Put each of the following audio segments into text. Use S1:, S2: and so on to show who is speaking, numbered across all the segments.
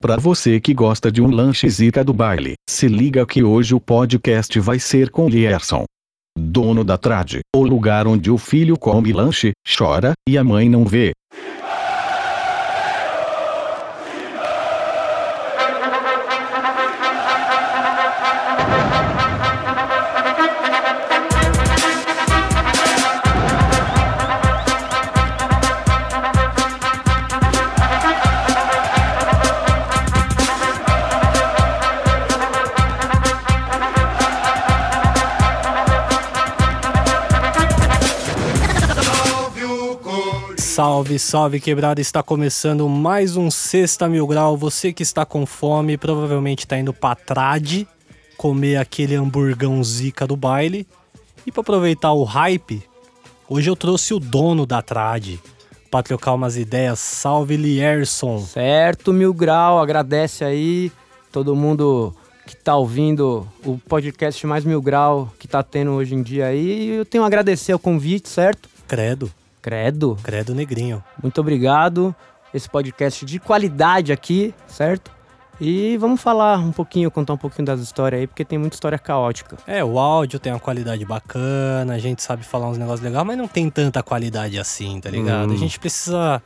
S1: Pra você que gosta de um lanche zica do baile, se liga que hoje o podcast vai ser com Lierson. Dono da Trade, o lugar onde o filho come lanche, chora, e a mãe não vê.
S2: Salve, salve, quebrada! Está começando mais um Sexta Mil Grau. Você que está com fome, provavelmente está indo pra trade comer aquele hamburgão zica do baile. E para aproveitar o hype, hoje eu trouxe o dono da trade para trocar umas ideias. Salve, Lierson!
S3: Certo, Mil Grau, agradece aí todo mundo que tá ouvindo o podcast mais Mil Grau que tá tendo hoje em dia aí. E eu tenho a agradecer o convite, certo?
S2: Credo,
S3: Credo,
S2: credo negrinho.
S3: muito obrigado. Esse podcast de qualidade aqui, certo? E vamos falar um pouquinho, contar um pouquinho das histórias aí, porque tem muita história caótica.
S2: É, o áudio tem uma qualidade bacana, a gente sabe falar uns negócios legais, mas não tem tanta qualidade assim, tá ligado?
S3: Uhum.
S2: A gente precisa.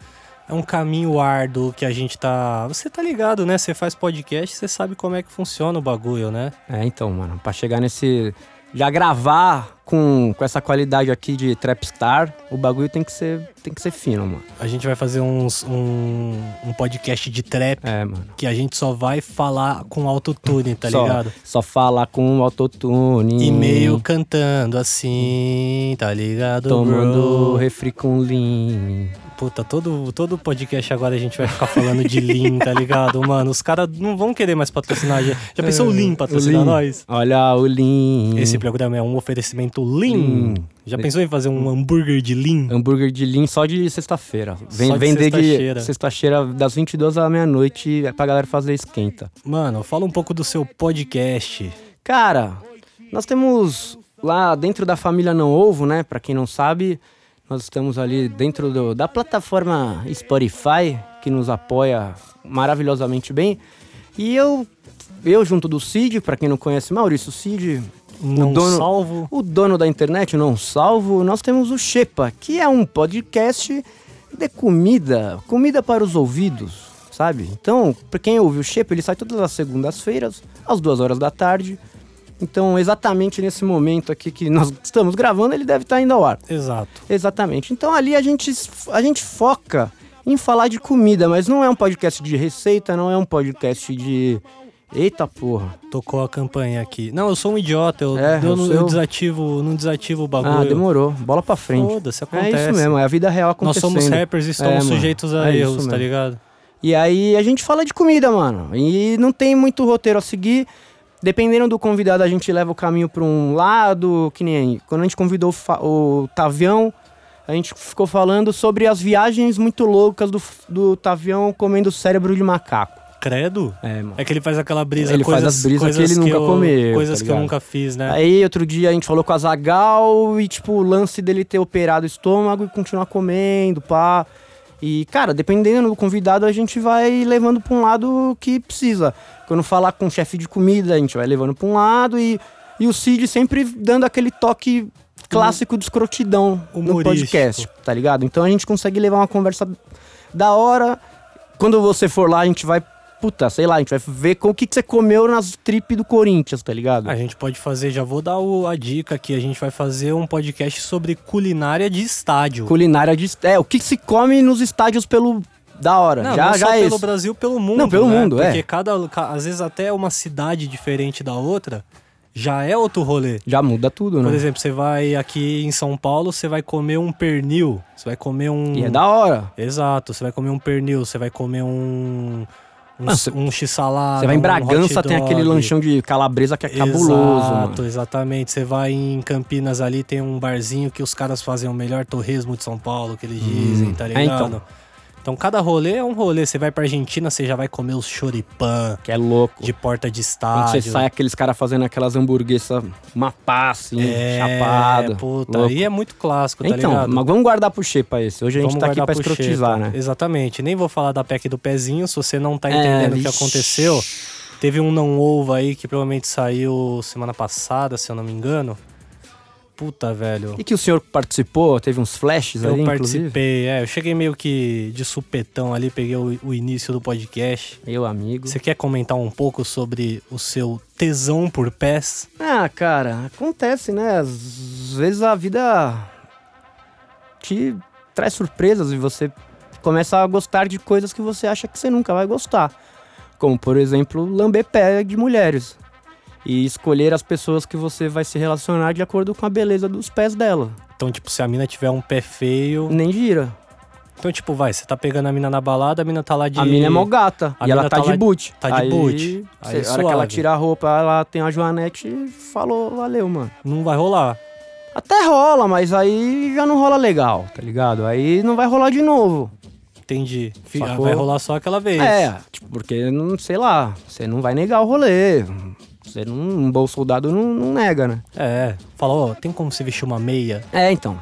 S2: É um caminho árduo que a gente tá. Você tá ligado, né? Você faz podcast, você sabe como é que funciona o bagulho, né?
S3: É, então, mano, pra chegar nesse. Já gravar com, com essa qualidade aqui de Trapstar, o bagulho tem que ser, tem que ser fino, mano.
S2: A gente vai fazer uns, um, um podcast de trap
S3: É, mano.
S2: que a gente só vai falar com autotune, tá
S3: só, Hum.
S2: ligado?
S3: Só falar com o autotune.
S2: E meio cantando assim, tá ligado?
S3: Tomando
S2: bro?
S3: refri com lean.
S2: Puta, todo, todo podcast agora a gente vai ficar falando de Lean, tá ligado? Mano, os caras não vão querer mais patrocinar. Já, já pensou o Lean patrocinar
S3: É, Lean.
S2: nós?
S3: Olha o lean.
S2: Esse programa é um oferecimento Lean.
S3: Lean. É
S2: Já pensou em fazer um hambúrguer de Lean?
S3: Hambúrguer de lean só de sexta-feira. Vem,
S2: Só de
S3: vender
S2: sexta-feira.
S3: de sexta-feira das 22 à meia-noite é pra galera fazer esquenta.
S2: Mano, fala um pouco do seu podcast.
S3: Cara, nós temos lá dentro da família Não Ovo, né? Pra quem não sabe, nós estamos ali dentro do- da plataforma Spotify, que nos apoia maravilhosamente bem. E eu, eu junto do Cid, pra quem não conhece, Maurício Cid,
S2: Não
S3: dono-
S2: salvo.
S3: o dono da internet, o não salvo, nós temos o Shepa, que é um podcast de comida, comida para os ouvidos, sabe? Então, para quem ouve o Shepa, ele sai todas as segundas-feiras, às duas horas da tarde. Então, exatamente nesse momento aqui que nós estamos gravando, ele deve estar indo ao ar.
S2: Exato.
S3: Exatamente. Então ali a gente, a gente foca em falar de comida, mas não é um podcast de receita, não é um podcast de. Eita porra!
S2: Tocou a campanha aqui. Não, eu sou um idiota. Eu,
S3: É,
S2: eu
S3: o
S2: não- eu
S3: seu-
S2: desativo, não desativo o
S3: Ah,
S2: bagulho.
S3: demorou. Bola pra frente.
S2: Foda-se,
S3: É
S2: acontece.
S3: isso mesmo, é a vida real
S2: Nós
S3: acontecendo.
S2: somos rappers e estamos
S3: mano,
S2: sujeitos a
S3: é isso
S2: erros, tá
S3: mesmo.
S2: ligado?
S3: E aí a gente fala de comida, mano. E não tem muito roteiro a seguir. Dependendo do convidado, a gente leva o caminho pra um lado, que nem quando a gente convidou o Fa- o Tavião, a gente ficou falando sobre as viagens muito loucas do, do Tavião comendo cérebro de macaco.
S2: Credo?
S3: É, mano.
S2: É que ele faz aquela brisa,
S3: Ele faz
S2: coisas,
S3: as brisas
S2: coisas
S3: que ele nunca
S2: eu,
S3: comeu,
S2: Coisas
S3: tá
S2: que eu
S3: ligado?
S2: nunca fiz, né?
S3: Aí outro dia a gente falou com a Zagal e, tipo, o lance dele ter operado o estômago e continuar comendo, pá. E, cara, dependendo do convidado, a gente vai levando pra um lado que precisa. Quando falar com o chefe de comida, a gente vai levando pra um lado e, e o Cid sempre dando aquele toque clássico de escrotidão no
S2: Humorístico.
S3: podcast, tá ligado? Então a gente consegue levar uma conversa da hora. Quando você for lá, a gente vai, puta, sei lá, a gente vai ver com o que, que você comeu nas tripes do Corinthians, tá ligado?
S2: A gente pode fazer, já vou dar o- a dica aqui, a gente vai fazer um podcast sobre culinária de estádio.
S3: culinária de é o que se come nos estádios pelo da hora
S2: Não,
S3: já
S2: não
S3: já
S2: só
S3: é
S2: pelo
S3: isso
S2: Brasil, pelo mundo.
S3: Não, pelo
S2: né?
S3: mundo, é.
S2: Porque cada, ca- às vezes até uma cidade diferente da outra, já é outro rolê.
S3: já muda tudo
S2: Por
S3: né
S2: exemplo, você vai aqui em São Paulo, você vai comer um pernil, você vai comer um...
S3: e é da hora
S2: Exato, você vai comer um pernil, você vai comer um... Um,
S3: Ah, você-
S2: um x-salada,
S3: você vai em
S2: um hot
S3: Bragança tem aquele
S2: dog.
S3: lanchão de calabresa que é cabuloso
S2: Exato,
S3: mano.
S2: exatamente. Você vai em Campinas ali, tem um barzinho que os caras fazem o melhor torresmo de São Paulo, que eles dizem, tá
S3: É,
S2: ligado? então.
S3: então.
S2: Então cada rolê é um rolê. Você vai pra Argentina, você já vai comer os choripã
S3: Que é louco.
S2: de porta de
S3: Quando você
S2: estádio.
S3: sai, aqueles caras fazendo aquelas hamburguesas mapá, assim,
S2: é,
S3: chapada.
S2: puta,
S3: louco.
S2: aí é muito clássico, tá
S3: então,
S2: ligado?
S3: mas vamos guardar pro Xepa esse. Hoje a gente
S2: Vamos
S3: tá aqui
S2: guardar
S3: pra
S2: pro
S3: escrotizar,
S2: Xepa.
S3: né?
S2: Exatamente. Nem vou falar da PEC do pezinho, se você não tá
S3: É,
S2: entendendo o que
S3: vixi.
S2: aconteceu. Teve um não ovo aí que provavelmente saiu semana passada, se eu não me engano. Puta, velho.
S3: E que o senhor participou, teve uns flashes
S2: Eu
S3: aí, inclusive?
S2: participei, é, eu cheguei meio que de supetão ali, peguei o, o início do podcast.
S3: Meu amigo.
S2: Você quer comentar um pouco sobre o seu tesão por pés?
S3: Ah, cara, acontece, né? Às vezes a vida te traz surpresas e você começa a gostar de coisas que você acha que você nunca vai gostar. Como, por exemplo, lamber pé de mulheres. E escolher as pessoas que você vai se relacionar de acordo com a beleza dos pés dela.
S2: Então, tipo, se a mina tiver um pé feio.
S3: Nem gira.
S2: Então, tipo, vai, você tá pegando a mina na balada, a mina tá lá de.
S3: A mina é mó gata.
S2: A
S3: e ela
S2: mina
S3: tá,
S2: tá
S3: de
S2: lá-
S3: boot.
S2: tá de
S3: aí,
S2: boot. Aí
S3: Aí, a hora que ela
S2: suave.
S3: tira a roupa, ela tem a Joanete e falou, valeu, mano.
S2: Não vai rolar.
S3: Até rola, mas aí já não rola legal, tá ligado? Aí não vai rolar de novo.
S2: Entendi. Fi- ah,
S3: Sacou?
S2: Vai rolar só aquela vez.
S3: É, tipo, porque, não sei lá, você não vai negar o rolê. Você não, um bom soldado não, não nega, né?
S2: É. Fala, ó, tem como você vestir uma meia?
S3: É, então.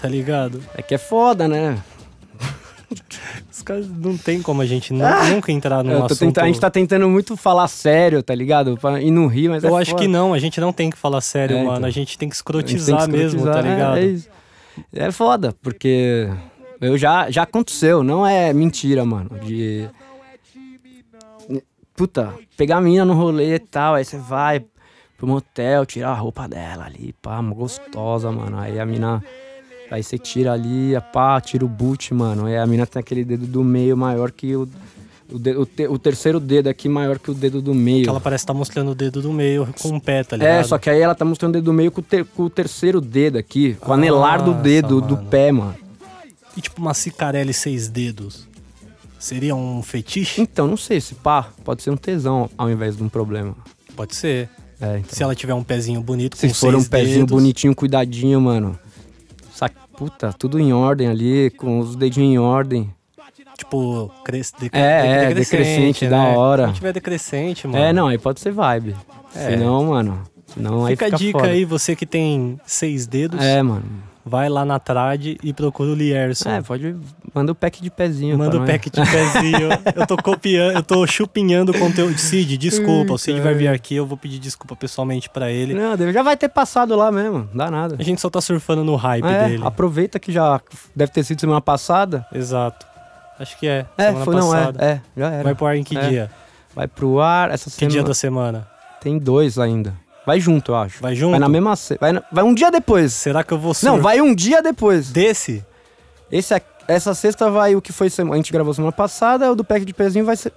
S2: Tá ligado?
S3: É que é foda, né?
S2: Os caras não tem como a gente nu- nunca entrar num
S3: Ah! Eu tô
S2: assunto.
S3: tenta- a gente tá tentando muito falar sério, tá ligado? Pra, e não rir, mas é
S2: Eu acho
S3: foda.
S2: que não, a gente não tem que falar sério,
S3: É,
S2: mano.
S3: então.
S2: A gente tem que
S3: A gente
S2: escrotizar
S3: tem que
S2: mesmo, tá
S3: escrotizar,
S2: ligado?
S3: É, é isso. É foda, porque eu já, já aconteceu, não é mentira, mano. De. Puta, pegar a mina no rolê e tal, aí você vai pro motel, tirar a roupa dela ali, pá, mó gostosa, mano. Aí a mina. Aí você tira ali, a pá, tira o boot, mano. Aí a mina tem aquele dedo do meio maior que o. O, de- o te- o terceiro dedo aqui maior que o dedo do meio.
S2: Que ela parece estar mostrando o dedo do meio com o pé, tá ligado?
S3: É, só que aí ela tá mostrando o dedo do meio com o, ter- com o terceiro dedo aqui. Com o anelar
S2: Ah,
S3: do
S2: Nossa,
S3: dedo do
S2: mano.
S3: pé, mano.
S2: E tipo uma cicarelli seis dedos. Seria um fetiche?
S3: Então, não sei, se pá, pode ser um tesão ao invés de um problema.
S2: Pode ser.
S3: É, então.
S2: Se ela tiver um pezinho bonito
S3: Se
S2: com
S3: for um
S2: seis
S3: pezinho
S2: dedos,
S3: bonitinho, cuidadinho, mano. Saca, puta, tudo em ordem ali, com os dedinhos em ordem.
S2: Tipo, cres... de- né?
S3: É, é, decrescente, da hora.
S2: Se tiver decrescente, mano.
S3: É, não, aí pode ser vibe.
S2: É.
S3: Senão, mano, senão
S2: Fica,
S3: aí
S2: a
S3: fica
S2: dica
S3: foda.
S2: aí, você que tem seis dedos,
S3: É, mano.
S2: vai lá na trade e procura o Lierson.
S3: É, pode... Manda o pack de pezinho.
S2: Manda
S3: pra
S2: o
S3: nós.
S2: pack de pezinho. eu tô copiando, eu tô chupinhando o conteúdo. Cid, desculpa. o Cid vai vir aqui, eu vou pedir desculpa pessoalmente pra ele.
S3: Não, deve- já vai ter passado lá mesmo, dá nada.
S2: A gente só tá surfando no hype
S3: É,
S2: dele.
S3: aproveita que já deve ter sido semana passada.
S2: Exato. Acho que é.
S3: É,
S2: semana
S3: foi
S2: passada.
S3: não, é, é, já era.
S2: Vai pro ar em que
S3: É.
S2: dia?
S3: Vai pro ar, essa
S2: Que dia
S3: semana
S2: da semana?
S3: tem dois ainda. Vai junto, eu acho.
S2: Vai junto?
S3: Vai na mesma se... vai, na- vai um dia depois.
S2: Será que eu vou surfar
S3: Não, vai um dia depois.
S2: desse?
S3: Esse aqui- essa sexta vai o que foi semana, a gente gravou semana passada, o do pack de pezinho vai ser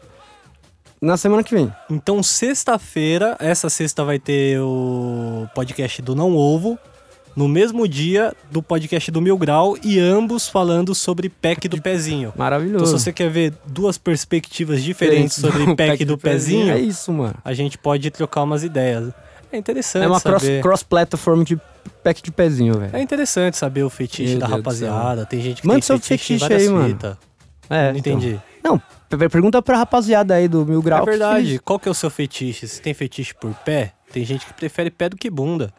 S3: na semana que vem.
S2: Então, sexta-feira, essa sexta vai ter o podcast do Não Ovo, no mesmo dia do podcast do Mil Grau, e ambos falando sobre PEC do pezinho. Então, se
S3: Maravilhoso. um
S2: você quer ver duas perspectivas diferentes sobre
S3: Do
S2: PEC, do, pezinho,
S3: É isso, mano.
S2: a gente pode trocar umas ideias. É interessante
S3: É uma cross-
S2: saber.
S3: cross-platform de pack de pezinho, velho.
S2: É interessante saber o fetiche
S3: Meu
S2: da
S3: Deus do
S2: rapaziada. Tem gente que
S3: Manda
S2: tem
S3: seu
S2: fetiche, em
S3: fetiche
S2: várias
S3: aí, mano.
S2: fitas.
S3: É,
S2: Não
S3: então.
S2: entendi.
S3: Não, per- per- pergunta pra rapaziada aí do Mil Grau.
S2: É
S3: o que que
S2: verdade.
S3: eles-
S2: Qual que é o seu fetiche? Se tem fetiche por pé, tem gente que prefere pé do que bunda.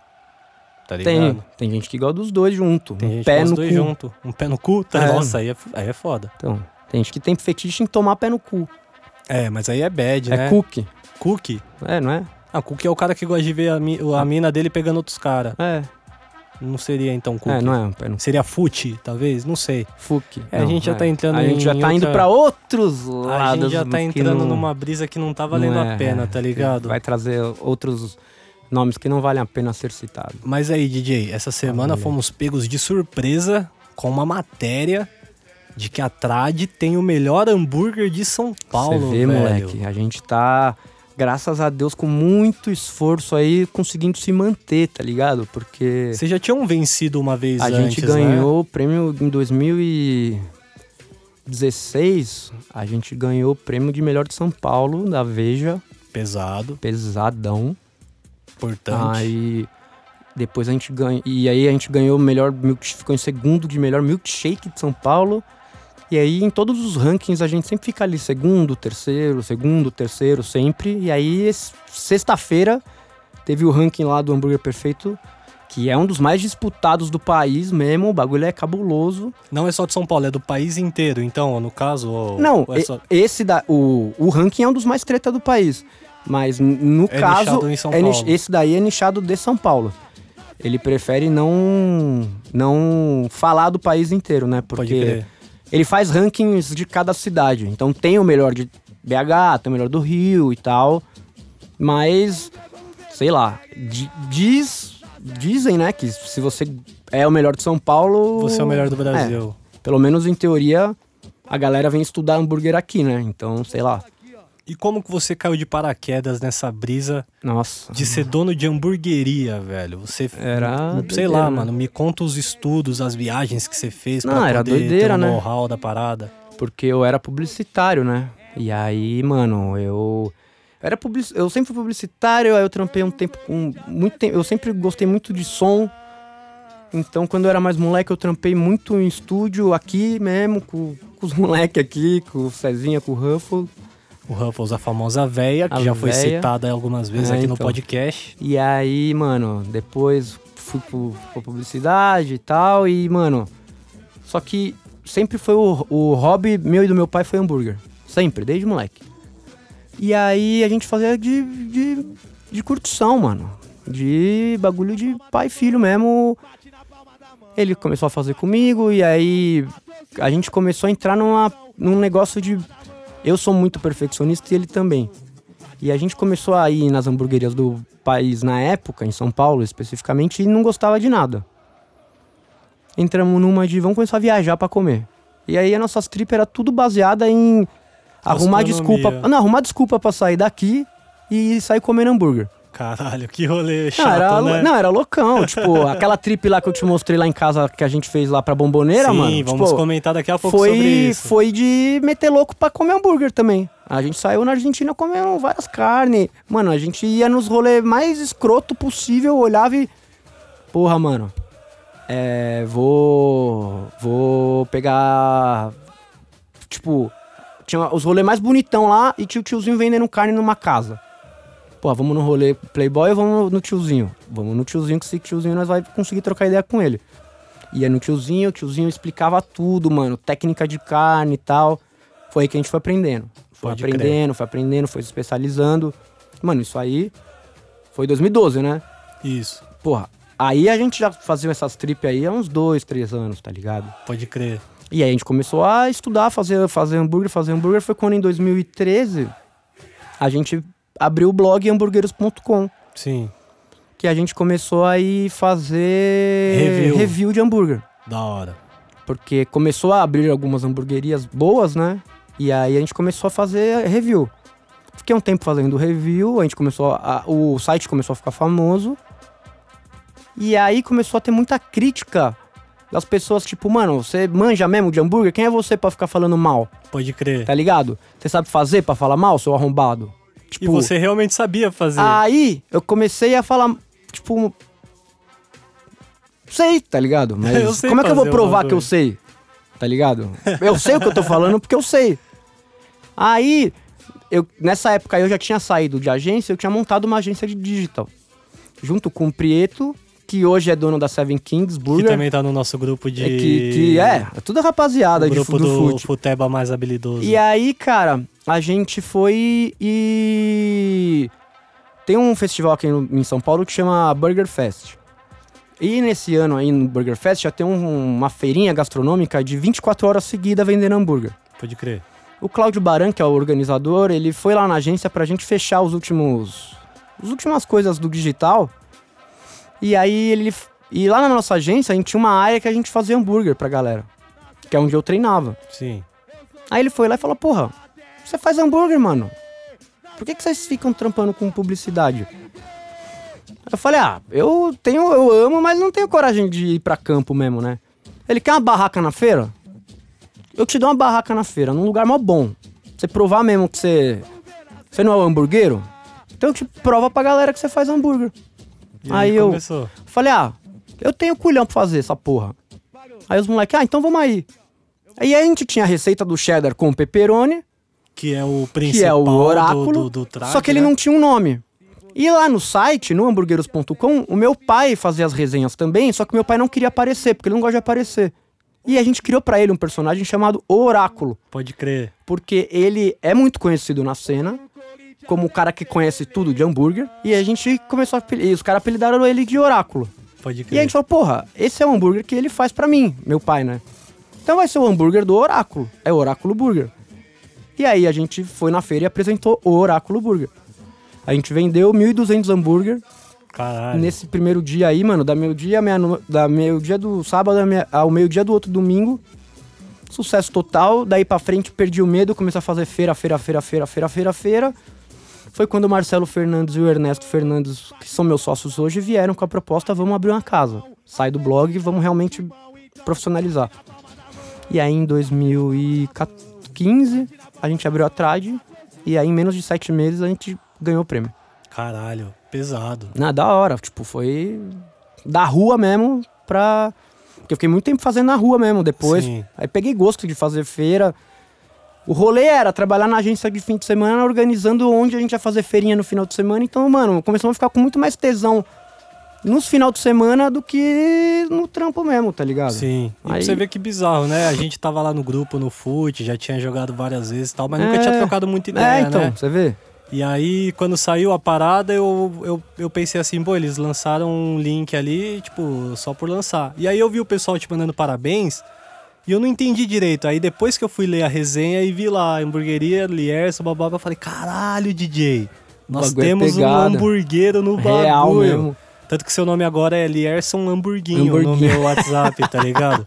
S2: Tá ligado?
S3: Tem, tem gente que gosta dos dois junto.
S2: Tem
S3: um
S2: gente
S3: pé
S2: que gosta
S3: no
S2: dos dois
S3: cu.
S2: junto. Um pé no cu? Tá,
S3: É.
S2: Nossa, aí é, f- aí é foda.
S3: Então, tem gente que tem fetiche em tomar pé no cu.
S2: É, mas aí é bad, né?
S3: É cookie.
S2: Cookie?
S3: É, não é?
S2: Ah, cookie é o cara que gosta de ver a, mi-
S3: Ah.
S2: a mina dele pegando outros caras.
S3: É.
S2: Não seria então cookie.
S3: É, não é um pé no cu.
S2: Seria fute, talvez? Não sei.
S3: Fuque.
S2: É, a gente já tá entrando
S3: A gente já
S2: em
S3: tá indo
S2: outra-
S3: pra outros
S2: A
S3: lados.
S2: gente já tá
S3: mas que
S2: entrando
S3: não-
S2: numa brisa que não tá
S3: não
S2: valendo
S3: é,
S2: a pena,
S3: é,
S2: tá
S3: que
S2: ligado?
S3: Vai trazer outros nomes que não valem a pena ser citados.
S2: Mas aí, DJ, essa semana
S3: Olha.
S2: fomos pegos de surpresa com uma matéria de que a Trad tem o melhor hambúrguer de São Paulo,
S3: Você vê,
S2: velho.
S3: moleque, a gente tá, graças a Deus, com muito esforço aí, conseguindo se manter, tá ligado? Porque...
S2: Vocês já tinham vencido uma vez
S3: A
S2: antes,
S3: gente
S2: né?
S3: ganhou o prêmio em 2016. A gente ganhou o prêmio de melhor de São Paulo da Veja,
S2: Pesado,
S3: pesadão.
S2: importante.
S3: Aí depois a gente ganhou. E aí a gente ganhou o melhor milkshake, ficou em segundo de melhor milkshake de São Paulo. E aí, em todos os rankings, a gente sempre fica ali segundo, terceiro, segundo, terceiro, sempre. E aí, es- sexta-feira, teve o ranking lá do Hambúrguer Perfeito, que é um dos mais disputados do país mesmo. O bagulho é cabuloso.
S2: Não é só de São Paulo, é do país inteiro, então, no caso. ou-
S3: Não,
S2: ou é
S3: e-
S2: só-
S3: esse da, o, o ranking é um dos mais treta do país. Mas n- no
S2: É
S3: caso,
S2: nichado em São
S3: é ni-
S2: Paulo.
S3: esse daí é nichado de São Paulo. Ele prefere não não falar do país inteiro, né?
S2: Pode
S3: Porque
S2: crer.
S3: ele faz rankings de cada cidade. Então tem o melhor de BH, tem o melhor do Rio e tal. Mas, sei lá, di- diz, dizem, né, que se você é o melhor de São Paulo.
S2: Você é o melhor do Brasil.
S3: Pelo menos em teoria, a galera vem estudar hambúrguer aqui, né? Então, sei lá.
S2: E como que você caiu de paraquedas nessa brisa
S3: Nossa.
S2: de ser dono de hamburgueria, velho? Você.
S3: Era
S2: Sei
S3: doideira,
S2: lá,
S3: né?
S2: mano, me conta os estudos, as viagens que você fez
S3: Não,
S2: pra
S3: era
S2: poder ter
S3: doideira,
S2: o
S3: né?
S2: know-how da parada.
S3: Porque eu era publicitário, né? E aí, mano, eu. eu Era publici... Eu sempre fui publicitário, aí eu trampei um tempo com. Muito tempo. Eu sempre gostei muito de som. Então, quando eu era mais moleque, eu trampei muito em estúdio aqui mesmo, com, com os moleques aqui, com o Cezinha, com o Ruffle.
S2: O Ruffles, a famosa véia, que
S3: A
S2: já foi
S3: véia.
S2: citada algumas vezes
S3: É,
S2: aqui no
S3: então.
S2: podcast.
S3: E aí, mano, depois fui pro, pra publicidade e tal, e, mano, só que sempre foi o, o hobby meu e do meu pai foi hambúrguer. Sempre, desde moleque. E aí a gente fazia de, de, de curtição, mano. De bagulho de pai e filho mesmo. Ele começou a fazer comigo e aí a gente começou a entrar numa, num negócio de. Eu sou muito perfeccionista e ele também. E a gente começou a ir nas hamburguerias do país na época, em São Paulo especificamente, e não gostava de nada. Entramos numa de vamos começar a viajar pra comer. E aí a nossa trip era tudo baseada em arrumar
S2: Gastronomia.
S3: desculpa. Não, arrumar desculpa pra sair daqui e sair comendo hambúrguer.
S2: Caralho, que rolê
S3: não,
S2: chato,
S3: era,
S2: né?
S3: não, era loucão. tipo, aquela trip lá que eu te mostrei lá em casa que a gente fez lá pra bomboneira,
S2: Sim,
S3: mano.
S2: vamos
S3: tipo,
S2: comentar daqui a pouco sobre
S3: foi,
S2: isso.
S3: foi de meter louco pra comer hambúrguer também. A gente saiu na Argentina comendo várias carnes. Mano, a gente ia nos rolês mais escroto possível, olhava e. Porra, mano. É. Vou. Vou pegar. Tipo. Tinha os rolês mais bonitão lá e tinha o tiozinho vendendo carne numa casa. Pô, vamos no rolê Playboy ou vamos no tiozinho? Vamos no tiozinho, que esse tiozinho nós vai conseguir trocar ideia com ele. Ia no tiozinho, o tiozinho explicava tudo, mano. Técnica de carne e tal. Foi aí que a gente foi aprendendo. Foi
S2: Pode
S3: aprendendo, foi aprendendo, foi se especializando. Mano, isso aí foi 2012, né?
S2: Isso,
S3: Porra, aí a gente já fazia essas trip aí há uns dois, três anos, tá ligado?
S2: pode crer.
S3: E aí a gente começou a estudar, fazer, fazer hambúrguer, fazer hambúrguer. Foi quando em 2013 a gente abriu o blog hamburgueiros.com,
S2: Sim,
S3: que a gente começou a ir fazer
S2: Review.
S3: review de hambúrguer.
S2: da hora.
S3: Porque começou a abrir algumas hamburguerias boas, né? E aí a gente começou a fazer review. Fiquei um tempo fazendo review, a gente começou a, o site começou a ficar famoso. E aí começou a ter muita crítica das pessoas, tipo, mano, você manja mesmo de hambúrguer? Quem é você pra ficar falando mal?
S2: Pode crer.
S3: Tá ligado? Você sabe fazer pra falar mal, seu arrombado? Tipo,
S2: e você realmente sabia fazer.
S3: Aí eu comecei a falar, tipo. Sei, tá ligado? Mas
S2: Eu sei
S3: como é que eu vou
S2: fazer
S3: provar
S2: uma
S3: que eu
S2: coisa.
S3: sei? Tá ligado? Eu sei o que eu tô falando porque eu sei. Aí, eu, nessa época aí eu já tinha saído de agência, eu tinha montado uma agência de digital. Junto com o Prieto, que hoje é dono da Seven Kings
S2: que
S3: Burger.
S2: também tá no nosso grupo de.
S3: é, que, que é, é tudo
S2: O
S3: rapaziada de,
S2: grupo
S3: fu- do
S2: do,
S3: fute.
S2: Futeba mais habilidoso.
S3: E aí, cara, a gente foi e. Tem um festival aqui no- em São Paulo que chama Burger Fest. E nesse ano aí no Burger Fest já tem um- uma feirinha gastronômica de 24 horas seguida vendendo hambúrguer.
S2: Pode crer.
S3: O Cláudio Baran, que é o organizador, ele foi lá na agência pra gente fechar os últimos. as últimas coisas do digital. E aí ele. E lá na nossa agência a gente tinha uma área que a gente fazia hambúrguer pra galera. Que é onde eu treinava.
S2: Sim.
S3: Aí ele foi lá e falou: Porra, você faz hambúrguer, mano. Por que, que vocês ficam trampando com publicidade? Eu falei: Ah, eu tenho, eu amo, mas não tenho coragem de ir pra campo mesmo, né? Ele quer uma barraca na feira? Eu te dou uma barraca na feira, num lugar mó bom. Pra Você provar mesmo que você. Você não é o hamburguero? Então eu te prova pra galera que você faz hambúrguer.
S2: E
S3: Aí eu-
S2: começou.
S3: Falei, ah, eu tenho culhão pra fazer essa porra. Aí os moleques, ah, então vamos aí. Aí a gente tinha a receita do cheddar com pepperoni,
S2: Que é o
S3: que
S2: principal
S3: é o oráculo,
S2: do, do, do traje,
S3: só que ele
S2: né?
S3: não tinha um nome. E lá no site, no hamburgueros.com, o meu pai fazia as resenhas também, só que meu pai não queria aparecer, porque ele não gosta de aparecer. E a gente criou pra ele um personagem chamado Oráculo,
S2: Pode crer.
S3: porque ele é muito conhecido na cena, como o cara que conhece tudo de hambúrguer, e a gente começou a apel- e os caras apelidaram ele de Oráculo.
S2: Pode crer.
S3: E a gente falou, porra, esse é o hambúrguer que ele faz pra mim, meu pai, né? Então vai ser o hambúrguer do Oráculo. É o Oráculo Burger. E aí a gente foi na feira e apresentou o Oráculo Burger. A gente vendeu 1.200 hambúrguer
S2: Caralho.
S3: nesse primeiro dia aí, mano, da meio-dia meia no- da meio-dia do sábado à meia- ao meio-dia do outro domingo. Sucesso total. Daí pra frente perdi o medo, comecei a fazer feira, feira, feira, feira, feira, feira, feira. Foi quando o Marcelo Fernandes e o Ernesto Fernandes, que são meus sócios hoje, vieram com a proposta: vamos abrir uma casa. Sai do blog e vamos realmente profissionalizar. E aí em 2015 a gente abriu a Trade e aí em menos de sete meses a gente ganhou o prêmio.
S2: Caralho. Pesado.
S3: Na da hora, tipo, foi da rua mesmo pra. Porque eu fiquei muito tempo fazendo na rua mesmo depois.
S2: Sim.
S3: Aí peguei gosto de fazer feira. O rolê era trabalhar na agência de fim de semana, organizando onde a gente ia fazer feirinha no final de semana. Então, mano, começamos a ficar com muito mais tesão nos final de semana do que no trampo mesmo, tá ligado?
S2: Sim. E pra
S3: Aí-
S2: você ver que bizarro, né? A gente tava lá no grupo, no FUT, já tinha jogado várias vezes e tal, mas nunca
S3: É.
S2: tinha trocado muita
S3: É,
S2: ideia,
S3: então,
S2: né?
S3: você vê?
S2: E aí, quando saiu a parada, eu, eu, eu pensei assim, pô, eles lançaram um link ali, tipo, só por lançar. E aí eu vi o pessoal te mandando parabéns e eu não entendi direito. Aí depois que eu fui ler a resenha e vi lá, hamburgueria, Lierson, babá, eu falei, caralho, DJ, nós
S3: bagulho é
S2: temos um
S3: pegada.
S2: hamburguero no bagulho.
S3: Real mesmo.
S2: Tanto que seu nome agora é Lierson Hamburguinho, no
S3: Hamburguinho.
S2: meu WhatsApp, tá ligado?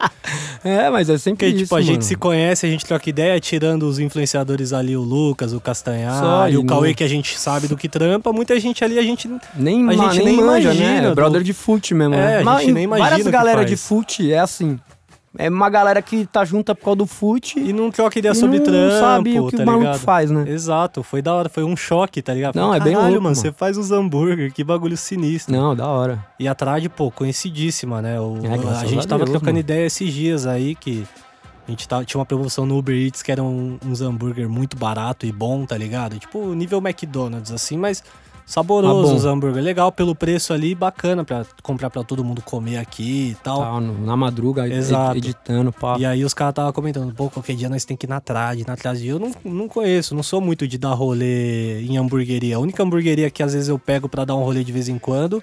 S3: É, mas é sempre
S2: Porque,
S3: isso,
S2: tipo, a
S3: mano.
S2: gente se conhece, a gente troca ideia, tirando os influenciadores ali, o Lucas, o
S3: Só, né?
S2: Castanhari,
S3: e
S2: o Cauê,
S3: não-
S2: que a gente sabe do que trampa. Muita gente ali, a gente...
S3: Nem,
S2: A
S3: ma-
S2: gente
S3: nem
S2: nem
S3: manja,
S2: imagina
S3: né?
S2: do-
S3: Brother de fute mesmo.
S2: É,
S3: né?
S2: a
S3: Mas
S2: gente nem imagina
S3: Várias
S2: o que
S3: galera
S2: faz.
S3: de fute é assim. É uma galera que tá junta por causa do fute
S2: E
S3: e é
S2: não troca ideia sobre
S3: não
S2: trampo,
S3: sabe o que
S2: tá
S3: o maluco
S2: ligado?
S3: faz, né?
S2: Exato, foi da hora, foi um choque, tá ligado?
S3: Não,
S2: Falei,
S3: é bem
S2: Caralho,
S3: louco,
S2: mano,
S3: mano."
S2: você faz os hambúrguer, que bagulho sinistro.
S3: Não, da hora.
S2: E a Trad, pô, conhecidíssima, né? O-
S3: É, graças
S2: a gente
S3: a
S2: tava
S3: Deus,
S2: trocando
S3: mano.
S2: ideia esses dias aí que a gente tava, tinha uma promoção no Uber Eats que era um- uns hambúrguer muito barato e bom, tá ligado? Tipo, nível McDonald's, assim, mas saboroso
S3: Ah, bom.
S2: os hambúrguer. Legal pelo preço ali, bacana pra comprar pra todo mundo comer aqui e tal.
S3: Tá, no- na madruga, ed-
S2: Exato.
S3: editando, pá.
S2: E aí os caras estavam comentando, pô, qualquer dia nós tem que ir na trad, na trad. E Eu não, não conheço, não sou muito de dar rolê em hamburgueria. A única hamburgueria que às vezes eu pego pra dar um rolê de vez em quando,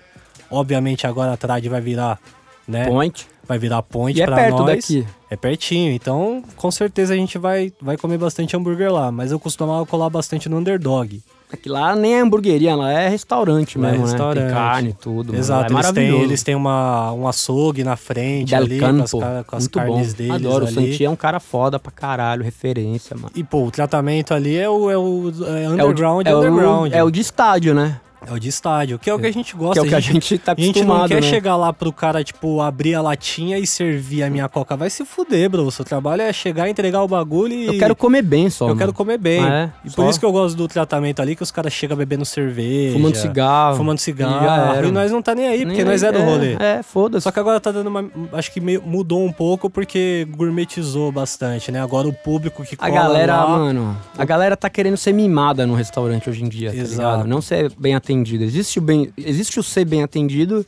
S2: obviamente agora a trad vai virar, né?
S3: é Point.
S2: Vai virar ponte
S3: E é
S2: pra
S3: perto
S2: nós.
S3: daqui.
S2: É pertinho, então com certeza a gente vai, vai comer bastante hambúrguer lá. Mas eu costumava colar bastante no underdog.
S3: É que lá nem é hamburgueria, lá é restaurante
S2: Lá é
S3: mesmo, né?
S2: restaurante.
S3: Tem carne e tudo. mano.
S2: Exato,
S3: Lá é
S2: eles têm,
S3: maravilhoso.
S2: eles têm uma, um açougue na frente
S3: Del
S2: ali, com as,
S3: Campo.
S2: ca- com as
S3: Muito
S2: carnes
S3: bom.
S2: deles.
S3: Adoro.
S2: ali.
S3: O Santi é um cara foda pra caralho, referência, mano.
S2: E, pô, o tratamento ali é o, é o é
S3: É o de-
S2: underground,
S3: é o,
S2: underground.
S3: É o de estádio, né?
S2: É o de estádio, que é o que a gente gosta.
S3: que é o que a gente tá
S2: a gente
S3: acostumado,
S2: não quer
S3: né?
S2: chegar lá pro cara, tipo, abrir a latinha e servir a minha coca. Vai se fuder, bro. O seu trabalho é chegar, entregar o bagulho e...
S3: Eu quero comer bem só.
S2: Eu
S3: mano.
S2: quero comer bem.
S3: Ah, é?
S2: E por
S3: Só?
S2: isso que eu gosto do tratamento ali, que os caras chegam bebendo cerveja.
S3: Fumando cigarro.
S2: Fumando cigarro.
S3: E
S2: E,
S3: já era.
S2: nós não tá nem aí,
S3: Nem
S2: porque nós é do rolê.
S3: É, foda-se.
S2: Só que agora tá dando uma. Acho que meio, mudou um pouco porque gourmetizou bastante, né? Agora o público que
S3: A
S2: cola
S3: galera,
S2: lá,
S3: mano, a galera tá querendo ser mimada no restaurante hoje em dia, tá
S2: Exato.
S3: ligado? Não ser bem atendido. Existe o, bem, existe o ser bem atendido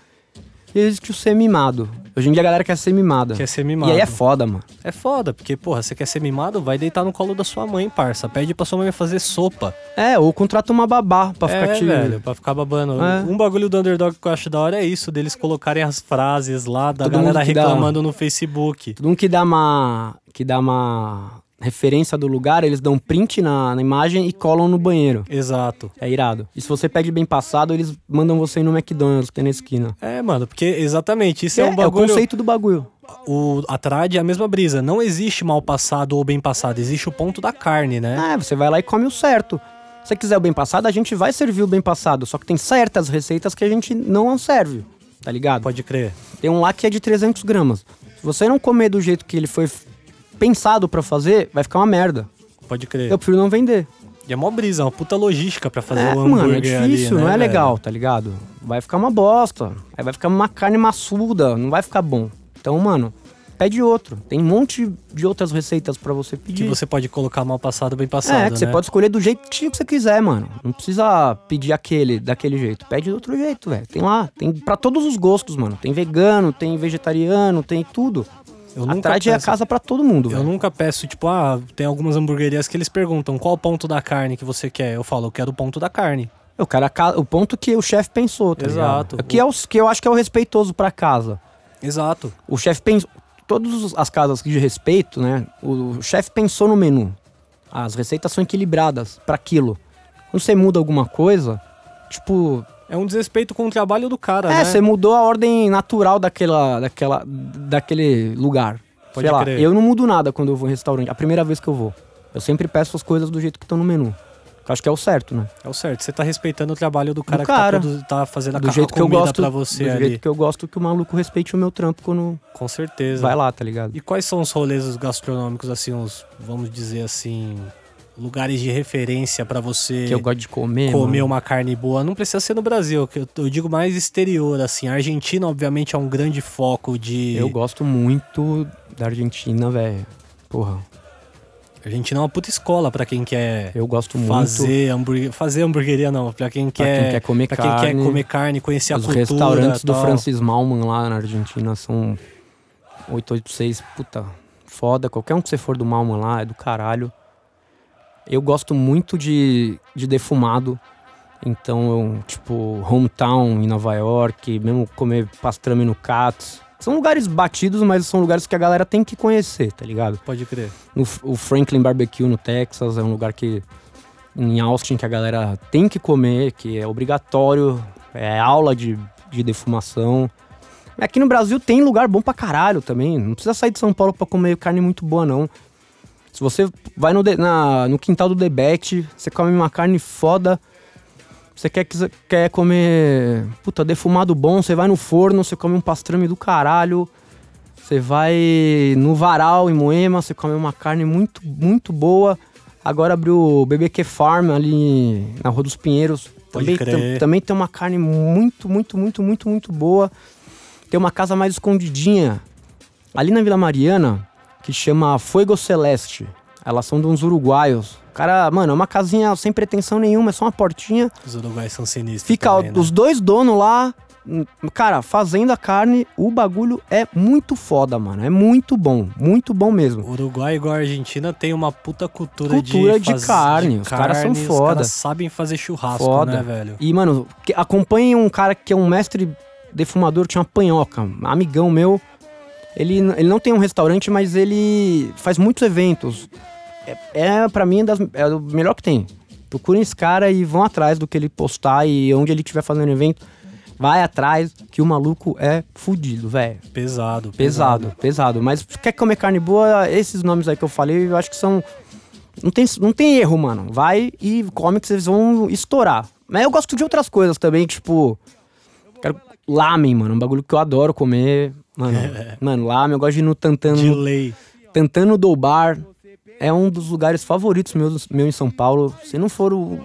S3: e existe o ser mimado. Hoje em dia a galera quer ser mimada.
S2: Quer ser mimado.
S3: E aí é foda, mano.
S2: É foda, porque, porra, você quer ser mimado? Vai deitar no colo da sua mãe, parça. Pede pra sua mãe fazer sopa.
S3: É, ou contrata uma babá pra
S2: é,
S3: ficar te...
S2: velho, pra ficar babando.
S3: É.
S2: Um bagulho do Underdog que eu acho da hora é isso, deles colocarem as frases lá da
S3: Todo
S2: galera
S3: mundo que dá-
S2: reclamando no Facebook.
S3: Todo mundo Um que dá uma... Que dá uma referência do lugar, eles dão print na, na imagem e colam no banheiro.
S2: Exato.
S3: É irado. E se você pede bem passado, eles mandam você ir no McDonald's que tem na esquina.
S2: É, mano, porque exatamente, isso é, um
S3: é o
S2: bagulho...
S3: conceito do bagulho.
S2: o, a trad é a mesma brisa. Não existe mal passado ou bem passado, existe o ponto da carne, né?
S3: É, você vai lá e come o certo. Se você quiser o bem passado, a gente vai servir o bem passado. Só que tem certas receitas que a gente não serve, tá ligado?
S2: Pode crer.
S3: Tem um lá que é de 300 gramas. Se você não comer do jeito que ele foi f- pensado pra fazer, vai ficar uma merda.
S2: Pode crer.
S3: Eu prefiro não vender.
S2: E é mó brisa, uma puta logística pra fazer
S3: é,
S2: o
S3: mano,
S2: hambúrguer
S3: é difícil,
S2: ali, né,
S3: não é
S2: velho?
S3: legal, tá ligado? Vai ficar uma bosta. Aí vai ficar uma carne maçuda, não vai ficar bom. Então, mano, pede outro. Tem um monte de outras receitas pra você
S2: Que
S3: pedir.
S2: você pode colocar mal passado, bem passado,
S3: é, que você
S2: né?
S3: pode escolher do jeitinho que você quiser, mano. Não precisa pedir aquele, daquele jeito. Pede do outro jeito, velho. Tem lá, tem pra todos os gostos, mano. Tem vegano, tem vegetariano, tem tudo.
S2: Eu
S3: a
S2: nunca
S3: Trade é a
S2: peço-
S3: casa pra todo mundo,
S2: Eu
S3: velho.
S2: nunca peço, tipo, ah, tem algumas hamburguerias que eles perguntam qual ponto da carne que você quer. Eu falo, eu quero o ponto da carne.
S3: É O cara, ca- o ponto que o chefe pensou, tá
S2: Exato.
S3: ligado? Que, é os, que eu acho que é o respeitoso pra casa.
S2: Exato.
S3: O chefe pensou. Todas as casas de respeito, né? O, o chefe pensou no menu. As receitas são equilibradas pra aquilo. Quando você muda alguma coisa, tipo,
S2: É um desrespeito com o trabalho do cara,
S3: é,
S2: né?
S3: você mudou a ordem natural daquela, daquela, daquele lugar.
S2: Pode
S3: Sei lá,
S2: crer.
S3: eu não mudo nada quando eu vou em restaurante. A primeira vez que eu vou. Eu sempre peço as coisas do jeito que estão no menu. Que Eu acho que é o certo, né?
S2: É o certo, você tá respeitando o trabalho do cara,
S3: cara.
S2: que tá, produ- tá fazendo a,
S3: Do
S2: ca-
S3: jeito
S2: a
S3: que eu
S2: comida
S3: gosto.
S2: pra você
S3: do
S2: ali.
S3: jeito que eu gosto que o maluco respeite o meu trampo quando
S2: Com certeza.
S3: vai lá, tá ligado?
S2: E quais são os rolês gastronômicos, assim, os, vamos dizer assim, lugares de referência pra você
S3: Que eu gosto de comer.
S2: comer
S3: mano.
S2: uma carne boa? Não precisa ser no Brasil, que eu, eu digo mais exterior, assim. A Argentina, obviamente, é um grande foco de...
S3: Eu gosto muito da Argentina, velho. Porra,
S2: A Argentina é uma puta escola pra quem quer
S3: eu gosto muito.
S2: fazer hambúrguer... Fazer hamburgueria, não. Pra quem
S3: Pra
S2: quer...
S3: quem quer comer
S2: pra quem quer
S3: carne,
S2: comer carne, conhecer a
S3: Os
S2: cultura
S3: restaurantes do
S2: tal.
S3: Francis Malman lá na Argentina são 886, puta, foda. Qualquer um que você for do Malman lá é do caralho. Eu gosto muito de, de defumado. Então, eu, tipo, hometown em Nova York, mesmo comer pastrame no Cats. São lugares batidos, mas são lugares que a galera tem que conhecer, tá ligado?
S2: Pode crer.
S3: No, o Franklin Barbecue no Texas é um lugar que em Austin que a galera tem que comer, que é obrigatório, é aula de, de defumação. Aqui no Brasil tem lugar bom pra caralho também. Não precisa sair de São Paulo pra comer carne muito boa, não. Se você vai no, de- na- no quintal do Debete, você come uma carne foda. Você quer, quis- quer comer, puta, defumado bom, você vai no forno, você come um pastrame do caralho. Você vai no varal em Moema, você come uma carne muito, muito boa. Agora abriu o BBQ Farm ali na Rua dos Pinheiros.
S2: Pode
S3: Também,
S2: crer.
S3: tam- também tem uma carne muito, muito, muito, muito, muito boa. Tem uma casa mais escondidinha ali na Vila Mariana que chama Fuego Celeste. Elas são de uns uruguaios. Cara, mano, é uma casinha sem pretensão nenhuma, é só uma portinha.
S2: Os uruguaios são sinistros
S3: Fica
S2: também, né?
S3: os dois donos lá, hum, cara, fazendo a carne. O bagulho é muito foda, mano. É muito bom, muito bom mesmo.
S2: né? Uruguai igual a Argentina tem uma puta cultura,
S3: Cultura
S2: de,
S3: de carne, os caras são
S2: carne,
S3: foda.
S2: Os caras sabem fazer churrasco,
S3: Foda.
S2: né, velho?
S3: E, mano, que- acompanhe um cara que é um mestre defumador que chama Panhoca, um amigão meu. Ele, n- ele não tem um restaurante, mas ele faz muitos eventos. É, é para mim, das, é o melhor que tem. Procurem esse cara e vão atrás do que ele postar e onde ele estiver fazendo evento. Vai atrás, que o maluco é fudido, velho.
S2: Pesado, pesado.
S3: Pesado, pesado. Mas se quer comer carne boa, esses nomes aí que eu falei, eu acho que são. Não tem, não tem erro, mano. Vai e come que vocês vão estourar. Mas eu gosto de outras coisas também, tipo. Quero lamen, mano. Um bagulho que eu adoro comer. Mano, mano lamen, eu gosto de ir no Tantano.
S2: De lei.
S3: Tantano do Bar é um dos lugares favoritos meus, meu em São Paulo. Se não for o.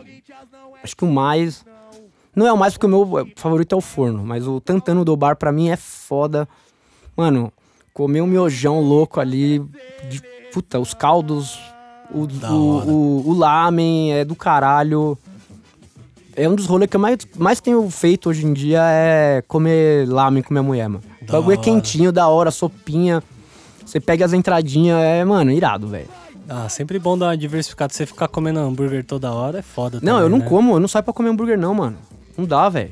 S3: Acho que o mais. Não é o mais porque o meu favorito é o forno, mas o Tantano do Bar pra mim é foda. Mano, comer um miojão louco ali. de- puta, os caldos. O,
S2: Da
S3: o,
S2: hora.
S3: o, o lamen é do caralho. É um dos rolês que eu mais, mais tenho feito hoje em dia é comer lamen com minha mulher, mano. O
S2: Da
S3: bagulho é
S2: hora.
S3: quentinho, da hora, sopinha. Você pega as entradinhas, é, mano, irado, velho.
S2: Ah, sempre bom dar uma diversificada. Você ficar comendo hambúrguer toda hora é foda
S3: Não,
S2: também,
S3: eu não
S2: né?
S3: como, eu não saio pra comer hambúrguer, não, mano. Não dá, velho.